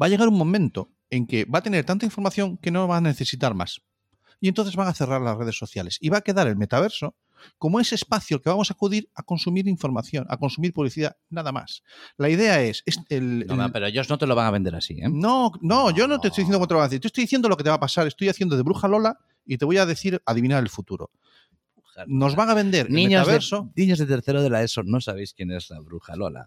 Speaker 2: Va a llegar un momento en que va a tener tanta información que no va a necesitar más. Y entonces van a cerrar las redes sociales. Y va a quedar el metaverso como ese espacio al que vamos a acudir a consumir información, a consumir publicidad, nada más. La idea es... es el-
Speaker 4: No, no,
Speaker 2: el-
Speaker 4: pero ellos no te lo van a vender así. ¿eh?
Speaker 2: no, no, yo no te estoy diciendo
Speaker 4: No.
Speaker 2: cómo te lo vas a decir. Te estoy diciendo lo que te va a pasar. Estoy haciendo de bruja Lola y te voy a decir adivinar el futuro. Nos van a vender el
Speaker 4: Niños de,
Speaker 2: metaverso.
Speaker 4: niños de tercero de la ESO, no sabéis quién es la bruja Lola.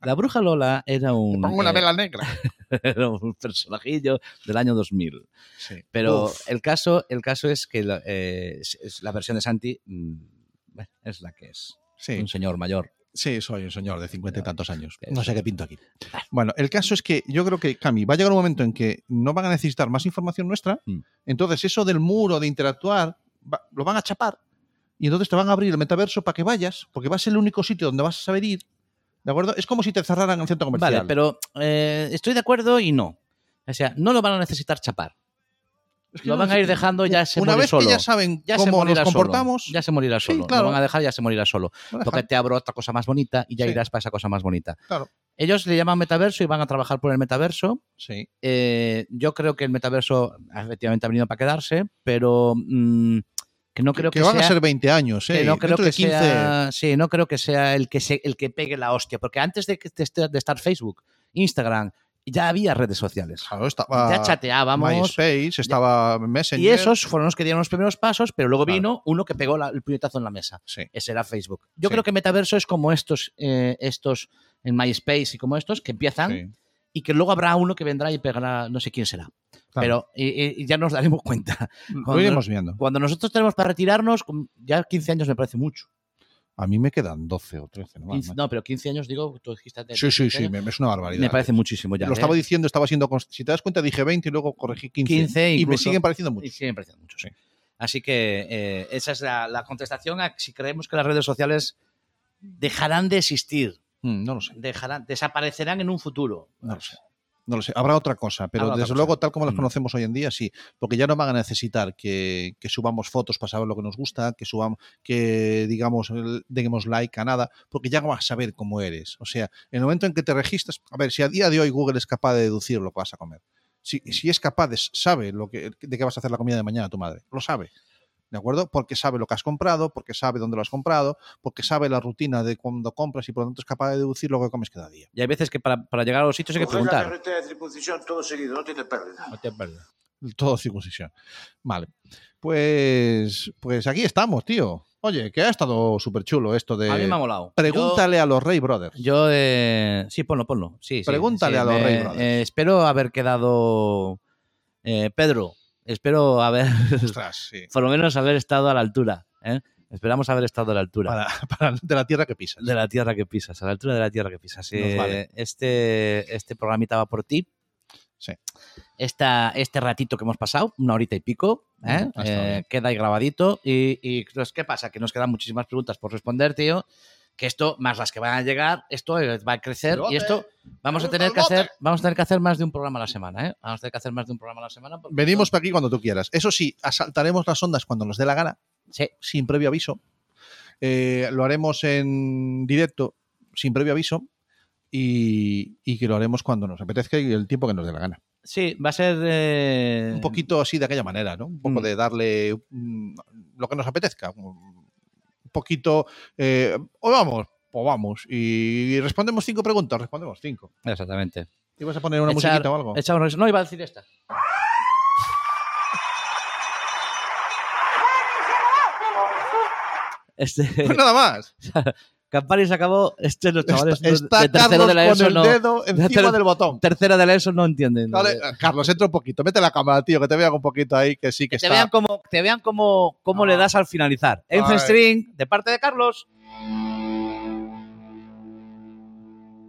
Speaker 4: La bruja Lola
Speaker 2: [LAUGHS]
Speaker 4: era un, eh,
Speaker 2: negra.
Speaker 4: [LAUGHS] era un personajillo del año 2000.
Speaker 2: Sí.
Speaker 4: Pero
Speaker 2: Uf,
Speaker 4: el caso, el caso es que la, eh, es- es la versión de Santi mm, bueno, es la que es.
Speaker 2: sí,
Speaker 4: Un Eh, señor mayor.
Speaker 2: sí, soy un señor de cincuenta y tantos años.
Speaker 4: Eso.
Speaker 2: No sé qué pinto aquí. Bueno, el caso es que yo creo que, Cami, va a llegar un momento en que no van a necesitar más información nuestra.
Speaker 4: Mm.
Speaker 2: Entonces, eso del muro, de interactuar, va- lo van a chapar. Y entonces te van a abrir el metaverso para que vayas, porque va a ser el único sitio donde vas a saber ir. ¿De acuerdo? Es como si te cerraran el centro comercial.
Speaker 4: Vale, pero eh, estoy de acuerdo y no. O sea, no lo van a necesitar chapar. Lo van a ir dejando ya se
Speaker 2: Una
Speaker 4: muere
Speaker 2: vez
Speaker 4: solo.
Speaker 2: que ya saben
Speaker 4: Ya se
Speaker 2: cómo nos
Speaker 4: morirá solo.
Speaker 2: comportamos,
Speaker 4: Ya se morirá
Speaker 2: Sí,
Speaker 4: solo.
Speaker 2: claro.
Speaker 4: Lo van a dejar, ya se morirá solo.
Speaker 2: no dejan-
Speaker 4: Porque te abro otra cosa más bonita y ya
Speaker 2: Sí.
Speaker 4: irás para esa cosa más bonita.
Speaker 2: Claro.
Speaker 4: Ellos le llaman metaverso y van a trabajar por el metaverso.
Speaker 2: sí.
Speaker 4: Eh, yo creo que el metaverso efectivamente ha venido para quedarse, pero mm, que no creo
Speaker 2: que,
Speaker 4: que,
Speaker 2: van
Speaker 4: sea,
Speaker 2: a ser 20 años, ¿eh?
Speaker 4: que no creo
Speaker 2: Dentro
Speaker 4: que
Speaker 2: de 15.
Speaker 4: sea, sí, no creo que sea el que se- el que pegue la hostia, porque antes de que te esté- de estar Facebook, Instagram, ya había redes sociales.
Speaker 2: Claro, estaba
Speaker 4: ya chateábamos,
Speaker 2: MySpace, estaba Messenger.
Speaker 4: y esos fueron los que dieron los primeros pasos, pero luego
Speaker 2: Claro.
Speaker 4: vino uno que pegó la- el puñetazo en la mesa.
Speaker 2: Sí.
Speaker 4: Ese era eh, Facebook. Yo
Speaker 2: Sí.
Speaker 4: creo que Metaverso es como estos, eh, estos en MySpace y como estos que empiezan
Speaker 2: sí.
Speaker 4: y que luego habrá uno que vendrá y pegará, no sé quién será. Pero eh, eh, ya nos daremos cuenta.
Speaker 2: Lo
Speaker 4: cuando-
Speaker 2: iremos viendo.
Speaker 4: Cuando nosotros tenemos para retirarnos, con- ya 15 años me parece mucho.
Speaker 2: A mí me quedan 12 o 13. No, más,
Speaker 4: 15
Speaker 2: macho.
Speaker 4: no, pero 15 años, digo, tú dijiste antes.
Speaker 2: sí, sí,
Speaker 4: 15
Speaker 2: sí,
Speaker 4: años.
Speaker 2: me, me es una
Speaker 4: Me,
Speaker 2: barbaridad.
Speaker 4: parece muchísimo ya.
Speaker 2: Lo
Speaker 4: ¿eh?
Speaker 2: estaba diciendo, estaba siendo. cons- Si te das cuenta, dije 20 y luego corregí 15.
Speaker 4: 15
Speaker 2: y me
Speaker 4: incluso.
Speaker 2: siguen pareciendo
Speaker 4: Y
Speaker 2: muchos.
Speaker 4: sí, me parecen muchos.
Speaker 2: Sí.
Speaker 4: Así que eh, esa es la, la contestación a si creemos que las redes sociales dejarán de existir,
Speaker 2: Mm, no lo sé.
Speaker 4: dejarán, desaparecerán en un futuro.
Speaker 2: No lo sé. No lo sé. Habrá otra cosa, pero
Speaker 4: Habrá otra
Speaker 2: desde
Speaker 4: cosa.
Speaker 2: luego, tal como las
Speaker 4: Mm.
Speaker 2: conocemos hoy en día, sí. Porque ya no van a necesitar que, que subamos fotos para saber lo que nos gusta, que subamos, que digamos, el- demos like a nada, porque ya vas a saber cómo eres. O sea, en el momento en que te registras, a ver, si a día de hoy Google es capaz de deducir lo que vas a comer. Si,
Speaker 4: Mm.
Speaker 2: si es capaz, de, sabe lo que, de qué vas a hacer la comida de mañana tu madre. Lo sabe. ¿De acuerdo? Porque sabe lo que has comprado, porque sabe dónde lo has comprado, porque sabe la rutina de cuando compras y por lo tanto es capaz de deducir lo que comes cada día.
Speaker 4: Y hay veces que para, para llegar a los sitios hay que
Speaker 3: Coger la
Speaker 4: preguntar.
Speaker 3: carretera de circuncisión todo seguido, no tiene pérdida.
Speaker 4: No te pierdas.
Speaker 2: [LAUGHS] Todo circuncisión. Vale. Pues, pues aquí estamos, tío. Oye, que ha estado súper chulo esto de.
Speaker 4: A mí me ha molado.
Speaker 2: Pregúntale a los Rey Brothers.
Speaker 4: Yo, yo, eh, sí, ponlo, ponlo. Sí, sí,
Speaker 2: Pregúntale
Speaker 4: sí,
Speaker 2: a los
Speaker 4: me-
Speaker 2: Rey Brothers.
Speaker 4: eh, espero haber quedado. eh, Pedro, espero haber. [LAUGHS]
Speaker 2: Ostras, sí.
Speaker 4: por lo menos haber estado a la altura. ¿eh? Esperamos haber estado a la altura.
Speaker 2: Para, para de la tierra que pisas.
Speaker 4: De la tierra que pisas, a la altura de la tierra que pisas.
Speaker 2: Nos
Speaker 4: Eh,
Speaker 2: vale.
Speaker 4: este, este programita va por ti.
Speaker 2: Sí.
Speaker 4: Esta, este ratito que hemos pasado, una horita y pico, ¿eh?
Speaker 2: Mm, ha estado
Speaker 4: Eh,
Speaker 2: bien.
Speaker 4: queda ahí grabadito. Y, y pues, ¿qué pasa? Que nos quedan muchísimas preguntas por responder, tío. Que esto, más las que van a llegar, esto eh, va a crecer
Speaker 2: Bote.
Speaker 4: y esto vamos a
Speaker 2: Pregunta
Speaker 4: tener
Speaker 2: al
Speaker 4: que
Speaker 2: bote.
Speaker 4: hacer, vamos a tener que hacer más de un programa a la semana, ¿eh? Vamos a tener que hacer más de un programa a la semana. porque
Speaker 2: Venimos para aquí cuando tú quieras. Eso sí, asaltaremos las ondas cuando nos dé la gana,
Speaker 4: esto- Sí,
Speaker 2: sin previo aviso. Eh, lo haremos en directo, sin previo aviso. Y, y que lo haremos cuando nos apetezca y el tiempo que nos dé la gana.
Speaker 4: sí, va a ser eh,
Speaker 2: Un poquito así de aquella manera, ¿no? Un poco
Speaker 4: Mm.
Speaker 2: de darle mm, lo que nos apetezca. Un poquito. eh, o vamos, o vamos. Y respondemos cinco preguntas, respondemos cinco.
Speaker 4: Exactamente.
Speaker 2: ¿Ibas a poner una
Speaker 4: Echar- este
Speaker 2: musiquita o algo?
Speaker 4: echar un reviso. No, iba a decir esta. Este,
Speaker 2: [LAUGHS] Pues [LAUGHS] nada más.
Speaker 4: Campari se acabó. Este, los chavales
Speaker 2: está está
Speaker 4: de tercero [LAUGHS]
Speaker 2: Carlos
Speaker 4: de la
Speaker 2: con
Speaker 4: ESO
Speaker 2: el
Speaker 4: no.
Speaker 2: dedo encima
Speaker 4: tercero-
Speaker 2: del botón.
Speaker 4: Tercero de la ESO no entienden. ¿no?
Speaker 2: Dale, Carlos, entra un poquito. Mete la cámara, tío, que te vean un poquito ahí, que sí, que,
Speaker 4: Que te
Speaker 2: está. Ah.
Speaker 4: vean cómo, te vean cómo, cómo le das al finalizar. Enzo
Speaker 2: Ay.
Speaker 4: String, de parte de Carlos.